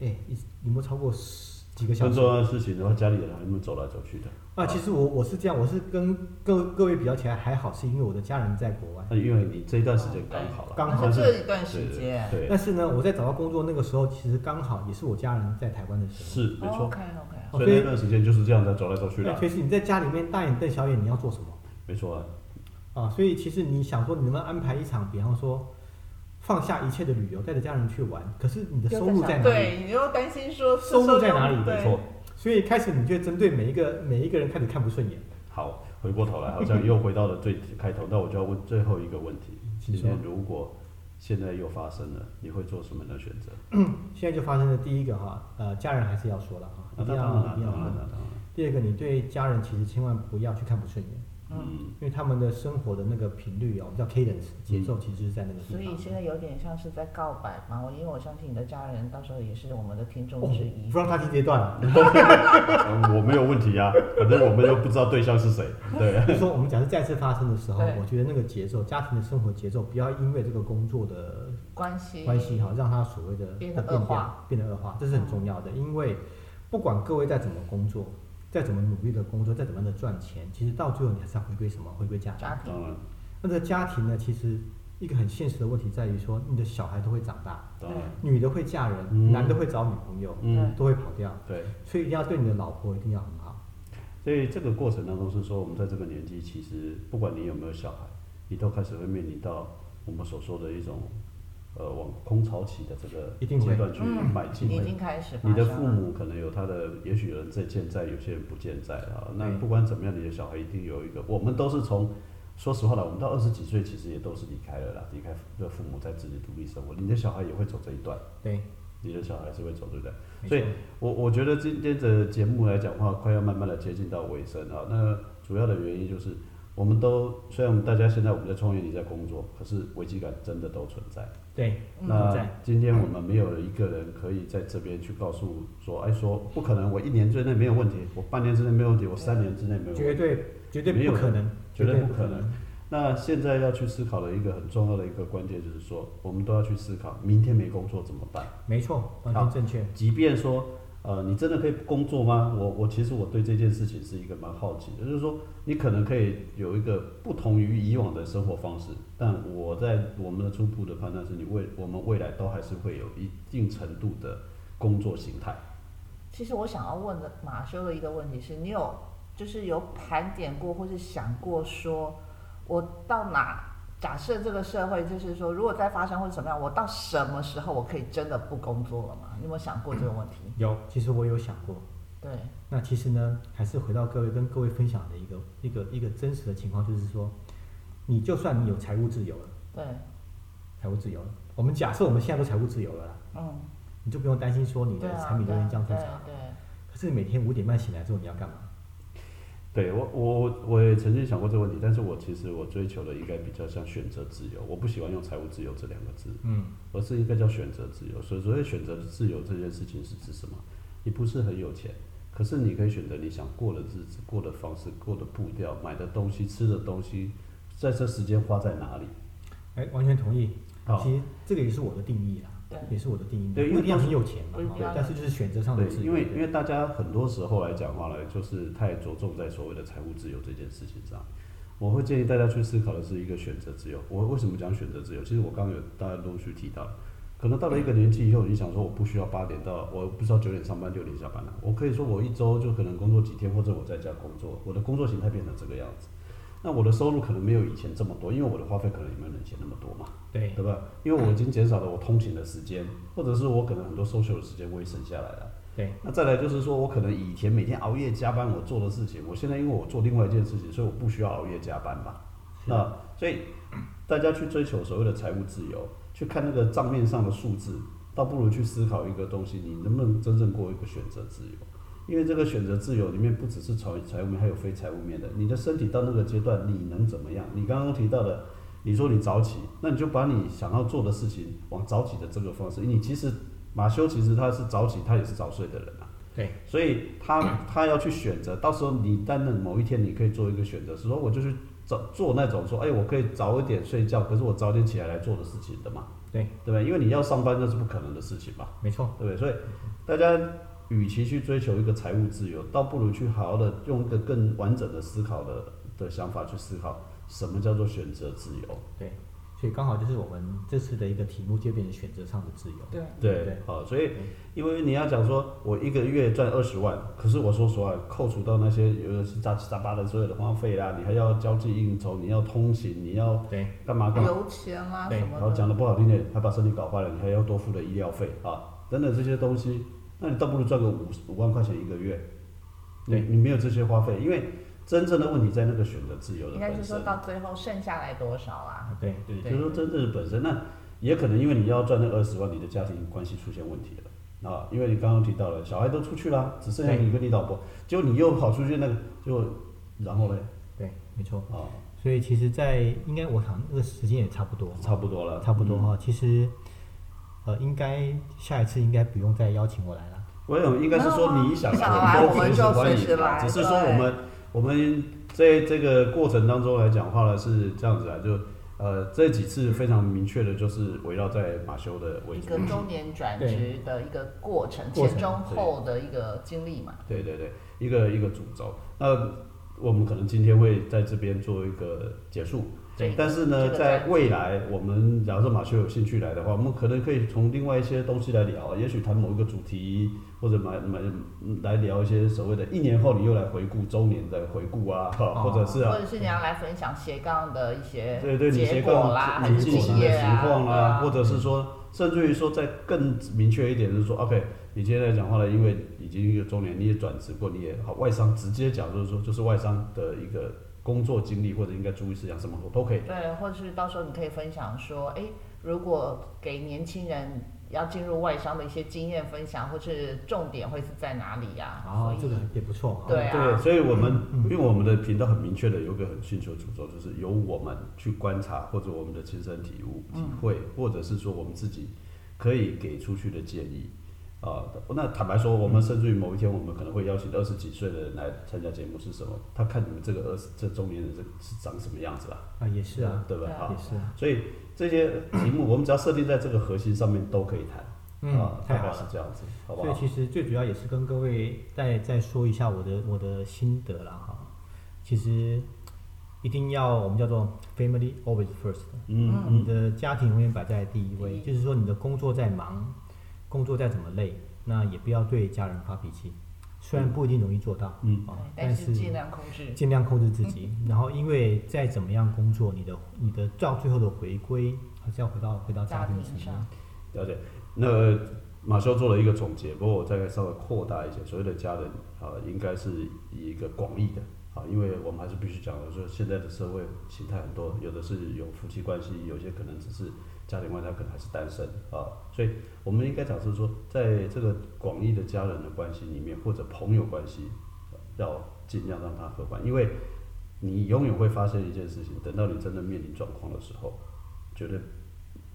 [SPEAKER 3] 哎，一有没有超过十几个小
[SPEAKER 2] 像
[SPEAKER 3] 时？
[SPEAKER 2] 重要的事情的话，家里人还没走来走去的
[SPEAKER 3] 啊，其实我我是这样，我是跟各各位比较起来还好，是因为我的家人在国外。
[SPEAKER 2] 那因为你这一段时间刚好了，
[SPEAKER 3] 刚好
[SPEAKER 1] 那
[SPEAKER 2] 但
[SPEAKER 1] 哦就是这一段
[SPEAKER 2] 对
[SPEAKER 1] 时
[SPEAKER 2] 对
[SPEAKER 1] 间，
[SPEAKER 2] 对，
[SPEAKER 3] 但是呢，我在找到工作那个时候，其实刚好也是我家人在台湾的时候。
[SPEAKER 2] 是没错
[SPEAKER 1] OK。OK，哦
[SPEAKER 2] 所以那段时间就是这样在走来走去
[SPEAKER 3] 对，
[SPEAKER 2] 的，
[SPEAKER 3] 哦所以是你在家里面大眼瞪小眼，你要做什么？
[SPEAKER 2] 没错啊。
[SPEAKER 3] 啊，所以其实你想说，你能不能安排一场，比方说放下一切的旅游，带着家人去玩？可是你的收入在哪里？
[SPEAKER 1] 对，你又担心说是
[SPEAKER 3] 收入在哪里
[SPEAKER 1] 对
[SPEAKER 3] 没错所以开始你就针对每一个每一个人开始看不顺眼。
[SPEAKER 2] 好，回过头来，好像又回到了最开头，那我就要问最后一个问题：今
[SPEAKER 3] 请说
[SPEAKER 2] 天如果现在又发生了，你会做什么样的选择？
[SPEAKER 3] 现在就发生了第一个哈，呃，家人还是要说了哈，
[SPEAKER 2] 那
[SPEAKER 3] 一定
[SPEAKER 2] 啊当然
[SPEAKER 3] 要
[SPEAKER 2] 了，
[SPEAKER 3] 一定
[SPEAKER 2] 当
[SPEAKER 3] 要
[SPEAKER 2] 然
[SPEAKER 3] 问。
[SPEAKER 2] 了，当然了。
[SPEAKER 3] 第二个，你对家人其实千万不要去看不顺眼，
[SPEAKER 2] 嗯，
[SPEAKER 3] 因为他们的生活的那个频率哦，我们叫 cadence 节奏，其实是在那个地
[SPEAKER 1] 所
[SPEAKER 3] 方。
[SPEAKER 1] 以现在有点像是在告白嘛，我因为我相信你的家人到时候也是我们的听众
[SPEAKER 3] 哦
[SPEAKER 1] 之一
[SPEAKER 3] 不。让他听这段了。
[SPEAKER 2] 嗯我没有问题呀、反正我们又不知道对象是谁，对啊，
[SPEAKER 3] 就是说，我们假设再次发生的时候
[SPEAKER 1] 对，
[SPEAKER 3] 我觉得那个节奏，家庭的生活节奏，不要因为这个工作的
[SPEAKER 1] 关系
[SPEAKER 3] 关系哈，让它所谓的
[SPEAKER 1] 变得
[SPEAKER 3] 的变
[SPEAKER 1] 恶化嗯
[SPEAKER 3] 掉，变得恶化，这是很重要的。因为不管各位再怎么工作，再怎么努力的工作，再怎么样的赚钱，其实到最后你还是要回归什么？回归家庭。
[SPEAKER 1] 家庭
[SPEAKER 2] 当然，
[SPEAKER 3] 那这个家庭呢，其实一个很现实的问题在于说，你的小孩都会长大，
[SPEAKER 2] 当然，
[SPEAKER 3] 女的会嫁人，
[SPEAKER 2] 嗯
[SPEAKER 3] 男的会找女朋友，
[SPEAKER 2] 嗯，
[SPEAKER 3] 都会跑掉，
[SPEAKER 2] 对。
[SPEAKER 3] 所以一定要对你的老婆一定要很好。
[SPEAKER 2] 所以这个过程当中是说，我们在这个年纪，其实不管你有没有小孩，你都开始会面临到我们所说的一种，呃，往空巢期的这个
[SPEAKER 3] 一定会
[SPEAKER 2] 阶段去
[SPEAKER 1] 嗯
[SPEAKER 2] 迈进。
[SPEAKER 1] 已经开始发
[SPEAKER 2] 你
[SPEAKER 1] 生了。
[SPEAKER 2] 的父母可能有他的，也许有人在健在，有些人不健在啊。那
[SPEAKER 3] 对
[SPEAKER 2] 不管怎么样，你的小孩一定有一个。我们都是从，说实话了，我们到二十几岁，其实也都是离开了啦，离开父父母在自己独立生活。你的小孩也会走这一段，
[SPEAKER 3] 对，
[SPEAKER 2] 你的小孩是会走这一段。
[SPEAKER 3] 没
[SPEAKER 2] 所以
[SPEAKER 3] 错
[SPEAKER 2] 我我觉得今天的节目来讲的话，快要慢慢的接近到尾声啊。那主要的原因就是，我们都虽然我们大家现在我们在创业，你在工作，可是危机感真的都存在。
[SPEAKER 3] 对，
[SPEAKER 2] 那
[SPEAKER 3] 嗯存在
[SPEAKER 2] 今天我们没有一个人可以在这边去告诉说，哎，说不可能，我一年之内没有问题，我半年之内没有问题，我三年之内没有
[SPEAKER 3] 绝
[SPEAKER 2] 问题。
[SPEAKER 3] 对绝对
[SPEAKER 2] 没有
[SPEAKER 3] 不可能，
[SPEAKER 2] 绝对
[SPEAKER 3] 对
[SPEAKER 2] 不可能。那现在要去思考的一个很重要的一个关键就是说，我们都要去思考明天没工作怎么办。
[SPEAKER 3] 没错，完全正确。
[SPEAKER 2] 即便说，呃，你真的可以不工作吗？我我其实我对这件事情是一个蛮好奇的，就是说你可能可以有一个不同于以往的生活方式，但我在我们的初步的判断是你未我们未来都还是会有一定程度的工作形态。
[SPEAKER 1] 其实我想要问的马修的一个问题是，你有就是有盘点过，或是想过说，我到哪？假设这个社会就是说，如果再发生或者怎么样，我到什么时候我可以真的不工作了吗？你有没有想过这个问题？
[SPEAKER 3] 有，其实我有想过。
[SPEAKER 1] 对，
[SPEAKER 3] 那其实呢，还是回到各位跟各位分享的一个一个一个真实的情况，就是说，你就算你有财务自由了，
[SPEAKER 1] 对，
[SPEAKER 3] 财务自由了，我们假设我们现在都财务自由了啦，
[SPEAKER 1] 嗯，
[SPEAKER 3] 你就不用担心说你
[SPEAKER 1] 对
[SPEAKER 3] 的
[SPEAKER 1] 啊，
[SPEAKER 3] 产品
[SPEAKER 1] 对
[SPEAKER 3] 流
[SPEAKER 1] 啊
[SPEAKER 3] 年将
[SPEAKER 1] 对
[SPEAKER 3] 分差。
[SPEAKER 1] 对，
[SPEAKER 3] 可是你每天五点半醒来之后你要干嘛？
[SPEAKER 2] 对我，我我也曾经想过这个问题，但是我其实我追求的应该比较像选择自由，我不喜欢用财务自由这两个字，
[SPEAKER 3] 嗯，
[SPEAKER 2] 而是应该叫选择自由。所以所谓选择自由这件事情是指什么？你不是很有钱，可是你可以选择你想过的日子、过的方式、过的步调、买的东西、吃的东西，在这时间花在哪里？
[SPEAKER 3] 哎，完全同意。
[SPEAKER 2] 好
[SPEAKER 3] 其实这个也是我的定义啦，
[SPEAKER 1] 对
[SPEAKER 3] 也是我的定义。
[SPEAKER 2] 对因
[SPEAKER 3] 不
[SPEAKER 2] 为
[SPEAKER 3] 一定要很有钱嘛
[SPEAKER 1] 不一定，要
[SPEAKER 3] 但是就是选择上的
[SPEAKER 2] 对
[SPEAKER 3] 哦自，由。
[SPEAKER 2] 因为因为大家很多时候来讲话呢，就是太着重在所谓的财务自由这件事情上。我会建议大家去思考的是一个选择自由。我为什么讲选择自由？其实我刚刚有大家陆续提到，可能到了一个年纪以后，你想说我不需要八点到，我不知道九点上班六点下班了、我可以说我一周就可能工作几天，或者我在家工作，我的工作形态变成这个样子。那我的收入可能没有以前这么多，因为我的花费可能也没有以前那么多嘛。
[SPEAKER 3] 对
[SPEAKER 2] 对吧？因为我已经减少了我通勤的时间，或者是我可能很多 social 的时间我也省下来了。
[SPEAKER 3] 对
[SPEAKER 2] 那再来就是说，我可能以前每天熬夜加班我做的事情，我现在因为我做另外一件事情，所以我不需要熬夜加班嘛。
[SPEAKER 3] 是
[SPEAKER 2] 那所以大家去追求所谓的财务自由，去看那个账面上的数字，倒不如去思考一个东西，你能不能真正过一个选择自由？因为这个选择自由里面不只是财财务面，还有非财务面的。你的身体到那个阶段，你能怎么样？你刚刚提到的，你说你早起，那你就把你想要做的事情往早起的这个方式。你其实马修其实他是早起，他也是早睡的人啊。
[SPEAKER 3] 对
[SPEAKER 2] 所以他他要去选择，到时候你担任某一天，你可以做一个选择，是说我就去做做那种说，哎，我可以早一点睡觉，可是我早点起来来做的事情的嘛，
[SPEAKER 3] 对，
[SPEAKER 2] 对不对？因为你要上班那是不可能的事情嘛，
[SPEAKER 3] 没错，
[SPEAKER 2] 对不对？所以大家与其去追求一个财务自由，倒不如去好好的用一个更完整的思考的的想法去思考，什么叫做选择自由？
[SPEAKER 3] 对，所以刚好就是我们这次的一个题目就变成选择上的自由。
[SPEAKER 1] 对，嗯
[SPEAKER 2] 对
[SPEAKER 3] 对，
[SPEAKER 2] 好，所以因为你要讲说，我一个月赚二十万，可是我说实话，扣除到那些有的是杂七杂八的所有的花费啦，你还要交际应酬，你要通行，你要
[SPEAKER 3] 对，
[SPEAKER 2] 干嘛干嘛，
[SPEAKER 1] 油钱啊
[SPEAKER 3] 对
[SPEAKER 1] 什
[SPEAKER 2] 然后
[SPEAKER 1] 么
[SPEAKER 2] 讲
[SPEAKER 1] 的，
[SPEAKER 2] 的不好听点，还把身体搞坏了，你还要多付的医疗费啊，等等这些东西，那你倒不如赚个五五万块钱一个月，你
[SPEAKER 3] 对
[SPEAKER 2] 你没有这些花费，因为真正的问题在那个选择自由的
[SPEAKER 1] 应该
[SPEAKER 2] 本
[SPEAKER 1] 是说
[SPEAKER 2] 身。
[SPEAKER 1] 到最后剩下来多少啊？
[SPEAKER 3] 对，
[SPEAKER 2] 对，
[SPEAKER 1] 对
[SPEAKER 2] 就是说真正的本身，那也可能因为你要赚那二十万，你的家庭关系出现问题了啊，因为你刚刚提到了小孩都出去啦，只剩下
[SPEAKER 3] 对
[SPEAKER 2] 你跟你老婆，结果你又跑出去那个，就然后嘞
[SPEAKER 3] 对，没错。
[SPEAKER 2] 啊，
[SPEAKER 3] 所以其实在，应该我想那个时间也差不多，
[SPEAKER 2] 差不多了，
[SPEAKER 3] 差不多
[SPEAKER 2] 嗯
[SPEAKER 3] 哈、其实，呃，应该下一次应该不用再邀请我来了。
[SPEAKER 2] 我想应该是说你想
[SPEAKER 1] 没有啊
[SPEAKER 2] 来，我们都
[SPEAKER 1] 我
[SPEAKER 2] 欢
[SPEAKER 1] 们就随
[SPEAKER 2] 迎
[SPEAKER 1] 时
[SPEAKER 2] 啦，
[SPEAKER 1] 来
[SPEAKER 2] 只是说我们我们在这个过程当中来讲话呢是这样子啊，就呃这几次非常明确的就是围绕在马修的位
[SPEAKER 1] 一
[SPEAKER 2] 置
[SPEAKER 1] 个，中年转职的一个过程，
[SPEAKER 3] 过
[SPEAKER 1] 前
[SPEAKER 3] 程
[SPEAKER 1] 中后的一个经历嘛。
[SPEAKER 2] 对对对，一个一个主轴。那我们可能今天会在这边做一个结束，
[SPEAKER 1] 对
[SPEAKER 2] 但是呢，
[SPEAKER 1] 这个
[SPEAKER 2] 在未来我们假如说马修有兴趣来的话，我们可能可以从另外一些东西来聊，也许谈某一个主题，或者买买嗯来聊一些所谓的一年后你又来回顾周年的回顾啊，哈
[SPEAKER 3] 哦
[SPEAKER 2] 或者是啊
[SPEAKER 1] 或，者是你要来分享斜杠的一些
[SPEAKER 2] 对对，你斜
[SPEAKER 1] 结果啦，
[SPEAKER 2] 杠
[SPEAKER 1] 还
[SPEAKER 2] 你
[SPEAKER 1] 是
[SPEAKER 2] 进
[SPEAKER 1] 经
[SPEAKER 2] 行的
[SPEAKER 1] 验
[SPEAKER 2] 情
[SPEAKER 1] 啊，
[SPEAKER 2] 况
[SPEAKER 1] 对
[SPEAKER 2] 啦，
[SPEAKER 1] 啊
[SPEAKER 2] 或者是说，甚至于说再更明确一点，就是说，OK，你今天来讲话呢，因为已经一个中年，你也转职过，你也好外商直接讲，就是说，就是外商的一个工作经历或者应该注意事项什么，我都可以。
[SPEAKER 1] 对，或者是到时候你可以分享说，哎，如果给年轻人要进入外商的一些经验分享，或是重点会是在哪里呀、
[SPEAKER 3] 哦，这
[SPEAKER 1] 啊所以
[SPEAKER 3] 个也不错。
[SPEAKER 1] 对啊
[SPEAKER 2] 对，所以我们、
[SPEAKER 3] 嗯
[SPEAKER 2] 因为我们的频道很明确的有一个很寻求主轴，就是由我们去观察或者我们的亲身体悟、体会，
[SPEAKER 3] 嗯
[SPEAKER 2] 或者是说我们自己可以给出去的建议。啊、那坦白说，我们甚至于某一天，我们可能会邀请二十几岁的人来参加节目，是什么？他看你们这个二十这中年人这是长什么样子啊？
[SPEAKER 3] 啊，也是啊，
[SPEAKER 2] 对吧
[SPEAKER 1] 对？啊
[SPEAKER 2] 啊
[SPEAKER 3] 也，是啊。
[SPEAKER 2] 所以这些题目我们只要设定在这个核心上面都可以谈。啊
[SPEAKER 3] 嗯，，太
[SPEAKER 2] 大概
[SPEAKER 3] 好
[SPEAKER 2] 是
[SPEAKER 3] 了。
[SPEAKER 2] 这样子，好不
[SPEAKER 3] 所以
[SPEAKER 2] 好？
[SPEAKER 3] 其实最主要也是跟各位再再说一下我的我的心得啦哈。其实一定要我们叫做 family always first，
[SPEAKER 2] 嗯嗯，
[SPEAKER 3] 你的家庭永远摆在第一
[SPEAKER 1] 第
[SPEAKER 3] 位，
[SPEAKER 1] 一
[SPEAKER 3] 就是说你的工作再忙，工作再怎么累，那也不要对家人发脾气，虽然不一定容易做到，
[SPEAKER 2] 嗯
[SPEAKER 3] 啊，但
[SPEAKER 1] 但是
[SPEAKER 3] 是
[SPEAKER 1] 尽量控制。
[SPEAKER 3] 尽量控制自己，然后因为再怎么样工作，你的你的到最后的回归还是要回到回到家
[SPEAKER 1] 家
[SPEAKER 3] 庭
[SPEAKER 1] 庭
[SPEAKER 3] 身
[SPEAKER 1] 上
[SPEAKER 3] 上，
[SPEAKER 2] 了解。那马修做了一个总结，不过我再稍微扩大一些，所谓的家人啊、应该是以一个广义的啊，因为我们还是必须讲的，说现在的社会形态很多，有的是有夫妻关系，有些可能只是家庭关系，他可能还是单身啊，所以我们应该讲是说，在这个广义的家人的关系里面，或者朋友关系，要尽量让它合观，因为你永远会发现一件事情，等到你真的面临状况的时候，绝对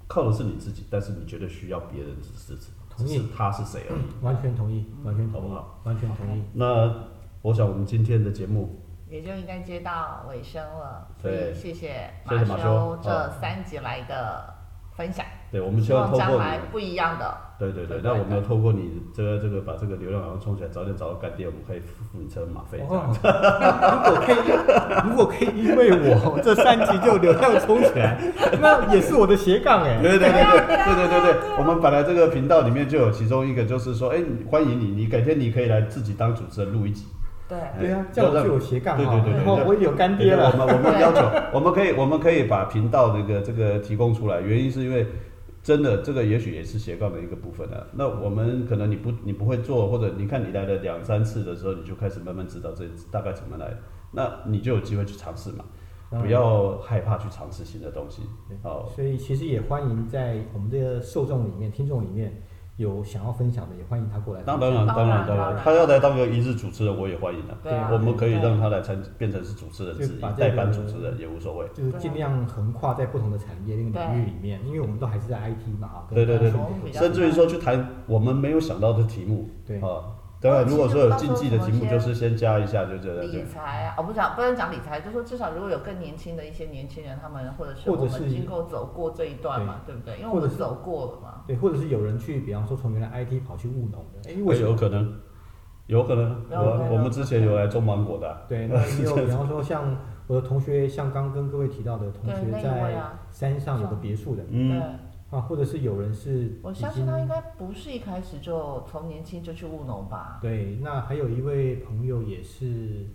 [SPEAKER 2] 靠的是你自己，但是你绝对需要别人的支持，
[SPEAKER 3] 同
[SPEAKER 2] 只
[SPEAKER 3] 意
[SPEAKER 2] 是他是谁而已。
[SPEAKER 3] 完全同意，
[SPEAKER 1] 嗯
[SPEAKER 3] 完全同
[SPEAKER 2] 好不
[SPEAKER 3] 意
[SPEAKER 2] 好，
[SPEAKER 3] 完全同意。
[SPEAKER 2] 那我想我们今天的节目，
[SPEAKER 1] 也就应该接到尾声了，所
[SPEAKER 2] 对
[SPEAKER 1] 以谢谢
[SPEAKER 2] 谢谢马修
[SPEAKER 1] 修这
[SPEAKER 2] 好
[SPEAKER 1] 三集来的分享，
[SPEAKER 2] 对我们希
[SPEAKER 1] 希
[SPEAKER 2] 望
[SPEAKER 1] 望
[SPEAKER 2] 透
[SPEAKER 1] 将
[SPEAKER 2] 过
[SPEAKER 1] 来
[SPEAKER 2] 你，
[SPEAKER 1] 不一样的。
[SPEAKER 2] 对对对，
[SPEAKER 1] 对
[SPEAKER 2] 那我们
[SPEAKER 1] 对
[SPEAKER 2] 要透过你这个这个把这个流量然后冲起来，早点找到干爹，我们可以付付你车马费。这样
[SPEAKER 3] 哦， 如果可以，如果可以，因为我 这三集就流量冲起来，那也是我的斜杠哎、
[SPEAKER 2] 对对对对对对对对，我们本来这个频道里面就有其中一个，就是说，哎，你欢迎你，你改天你可以来自己当主持人录一集。
[SPEAKER 1] 对，
[SPEAKER 3] 对啊
[SPEAKER 2] 哎，
[SPEAKER 3] 这样我
[SPEAKER 2] 让
[SPEAKER 3] 就有斜杠
[SPEAKER 2] 对
[SPEAKER 3] 哈
[SPEAKER 2] 对对对，
[SPEAKER 3] 然后
[SPEAKER 2] 让
[SPEAKER 3] 我也有干爹了
[SPEAKER 2] 对我们我们要求，我们可以我们可以把频道那个这个提供出来，原因是因为真的这个也许也是斜杠的一个部分啊。那我们可能你不你不会做，或者你看你来了两三次的时候，你就开始慢慢知道这大概怎么来，那你就有机会去尝试嘛，
[SPEAKER 3] 嗯
[SPEAKER 2] 不要害怕去尝试新的东西。好，
[SPEAKER 3] 所以其实也欢迎在我们这个受众里面、听众里面有想要分享的，也欢迎他过来分
[SPEAKER 2] 当当
[SPEAKER 3] 享。
[SPEAKER 2] 然当
[SPEAKER 1] 当
[SPEAKER 2] 然
[SPEAKER 1] 然
[SPEAKER 2] 当
[SPEAKER 1] 当
[SPEAKER 2] 然
[SPEAKER 1] 然，
[SPEAKER 2] 他要来当个一日主持人，我也欢迎啊。
[SPEAKER 1] 对啊
[SPEAKER 2] 我们可以
[SPEAKER 1] 对
[SPEAKER 2] 让他来参变成是主持人之
[SPEAKER 3] 就
[SPEAKER 2] 一
[SPEAKER 3] 把，这
[SPEAKER 2] 代
[SPEAKER 3] 个
[SPEAKER 2] 班主持人也无所谓。
[SPEAKER 3] 就是尽量横跨在不同的产业那个领域里面，因为我们都还是在 IT 嘛啊。跟
[SPEAKER 2] 对对
[SPEAKER 1] 对
[SPEAKER 2] 对
[SPEAKER 3] 跟
[SPEAKER 1] 比较
[SPEAKER 2] 甚至于说去谈我们没有想到的题目，
[SPEAKER 3] 对
[SPEAKER 2] 啊，当然，
[SPEAKER 1] 其
[SPEAKER 2] 如果
[SPEAKER 1] 实
[SPEAKER 2] 说有
[SPEAKER 1] 到时
[SPEAKER 2] 竞
[SPEAKER 1] 候
[SPEAKER 2] 技
[SPEAKER 1] 什
[SPEAKER 2] 的
[SPEAKER 1] 么
[SPEAKER 2] 题目，
[SPEAKER 1] 先
[SPEAKER 2] 就是先加一下，就这样就
[SPEAKER 1] 理财啊，哦，不讲不能讲理财，就说至少如果有更年轻的一些年轻人，他们或者是
[SPEAKER 3] 或者
[SPEAKER 1] 我
[SPEAKER 3] 是
[SPEAKER 1] 们经过走过这一段嘛，对不对？因为我
[SPEAKER 3] 或者
[SPEAKER 1] 们
[SPEAKER 3] 是
[SPEAKER 1] 走过了嘛，
[SPEAKER 3] 对，或者是有人去，比方说从原来 IT 跑去务农的，哎，为
[SPEAKER 2] 哎
[SPEAKER 3] 什么？
[SPEAKER 2] 有可能，有可能。
[SPEAKER 1] 有可能
[SPEAKER 2] 我我们之前有来种芒果的啊，
[SPEAKER 3] 对，那也有，比方说像我的同学，像刚跟各位提到的同
[SPEAKER 1] 对
[SPEAKER 3] 学
[SPEAKER 1] 那一位
[SPEAKER 3] 在
[SPEAKER 1] 啊
[SPEAKER 3] 山上有个别墅的
[SPEAKER 1] 对
[SPEAKER 2] 嗯，，
[SPEAKER 3] 啊，或者是有人是已经
[SPEAKER 1] 我相信他应该不是一开始就从年轻就去务农吧？
[SPEAKER 3] 对，那还有一位朋友也是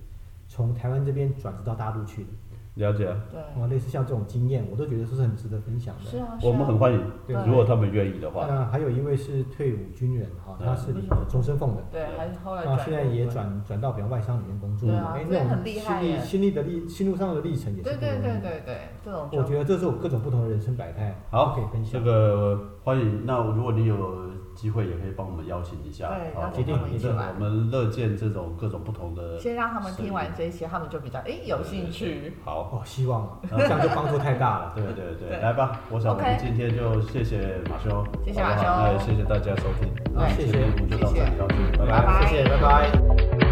[SPEAKER 3] 从台湾这边转职到大陆去的，
[SPEAKER 2] 了解啊，
[SPEAKER 1] 对，
[SPEAKER 3] 哇，类似像这种经验，我都觉得是很值得分享
[SPEAKER 1] 是
[SPEAKER 3] 的。
[SPEAKER 1] 啊，是啊
[SPEAKER 2] 我们很欢迎
[SPEAKER 1] 对，嗯
[SPEAKER 2] 如果他们愿意的话，
[SPEAKER 3] 那还有一位是退伍军人哈，
[SPEAKER 2] 嗯
[SPEAKER 3] 他是领了终身俸的，
[SPEAKER 1] 对，还是后来
[SPEAKER 3] 那
[SPEAKER 1] 转
[SPEAKER 3] 啊现在也
[SPEAKER 1] 入
[SPEAKER 3] 转转到比方外商里面工作
[SPEAKER 1] 对
[SPEAKER 3] 了，
[SPEAKER 1] 啊
[SPEAKER 3] 哎，
[SPEAKER 1] 这
[SPEAKER 3] 那
[SPEAKER 1] 个很
[SPEAKER 3] 种
[SPEAKER 1] 厉
[SPEAKER 3] 心
[SPEAKER 1] 害
[SPEAKER 3] 历
[SPEAKER 1] 耶
[SPEAKER 3] 心历的历心路上的历程也是
[SPEAKER 1] 对
[SPEAKER 3] 不
[SPEAKER 1] 对
[SPEAKER 3] 容易
[SPEAKER 1] 对
[SPEAKER 3] 的。
[SPEAKER 1] 对对，这种
[SPEAKER 3] 我
[SPEAKER 1] 就
[SPEAKER 3] 觉得这是我各种不同的人生百态，
[SPEAKER 2] 好
[SPEAKER 3] 可以分享。
[SPEAKER 2] 这个欢迎。那如果你有机会，也可以帮我们邀请一下，
[SPEAKER 1] 对
[SPEAKER 2] 好
[SPEAKER 1] 邀
[SPEAKER 2] 我
[SPEAKER 3] 请他们
[SPEAKER 2] 们
[SPEAKER 3] 一起
[SPEAKER 2] 这呃
[SPEAKER 1] 来
[SPEAKER 2] 我们乐见这种各种不同的声音。
[SPEAKER 1] 先让他们听完这些，他们就比较哎有兴趣。。
[SPEAKER 2] 好，
[SPEAKER 3] 哦，希望
[SPEAKER 2] 嗯
[SPEAKER 3] 啊，这样就帮助太大了。
[SPEAKER 2] 对对对，
[SPEAKER 1] 对
[SPEAKER 2] 来吧，我想我
[SPEAKER 1] OK
[SPEAKER 2] 们今天就谢谢马修，
[SPEAKER 1] 谢谢
[SPEAKER 2] 好不
[SPEAKER 1] 马
[SPEAKER 2] 好
[SPEAKER 1] 修
[SPEAKER 2] 那也谢谢大家收听，
[SPEAKER 1] 对
[SPEAKER 2] 今天我们就到
[SPEAKER 1] 谢
[SPEAKER 2] 这
[SPEAKER 1] 谢
[SPEAKER 2] 里到这里，拜
[SPEAKER 1] 拜拜
[SPEAKER 3] 谢谢，拜拜。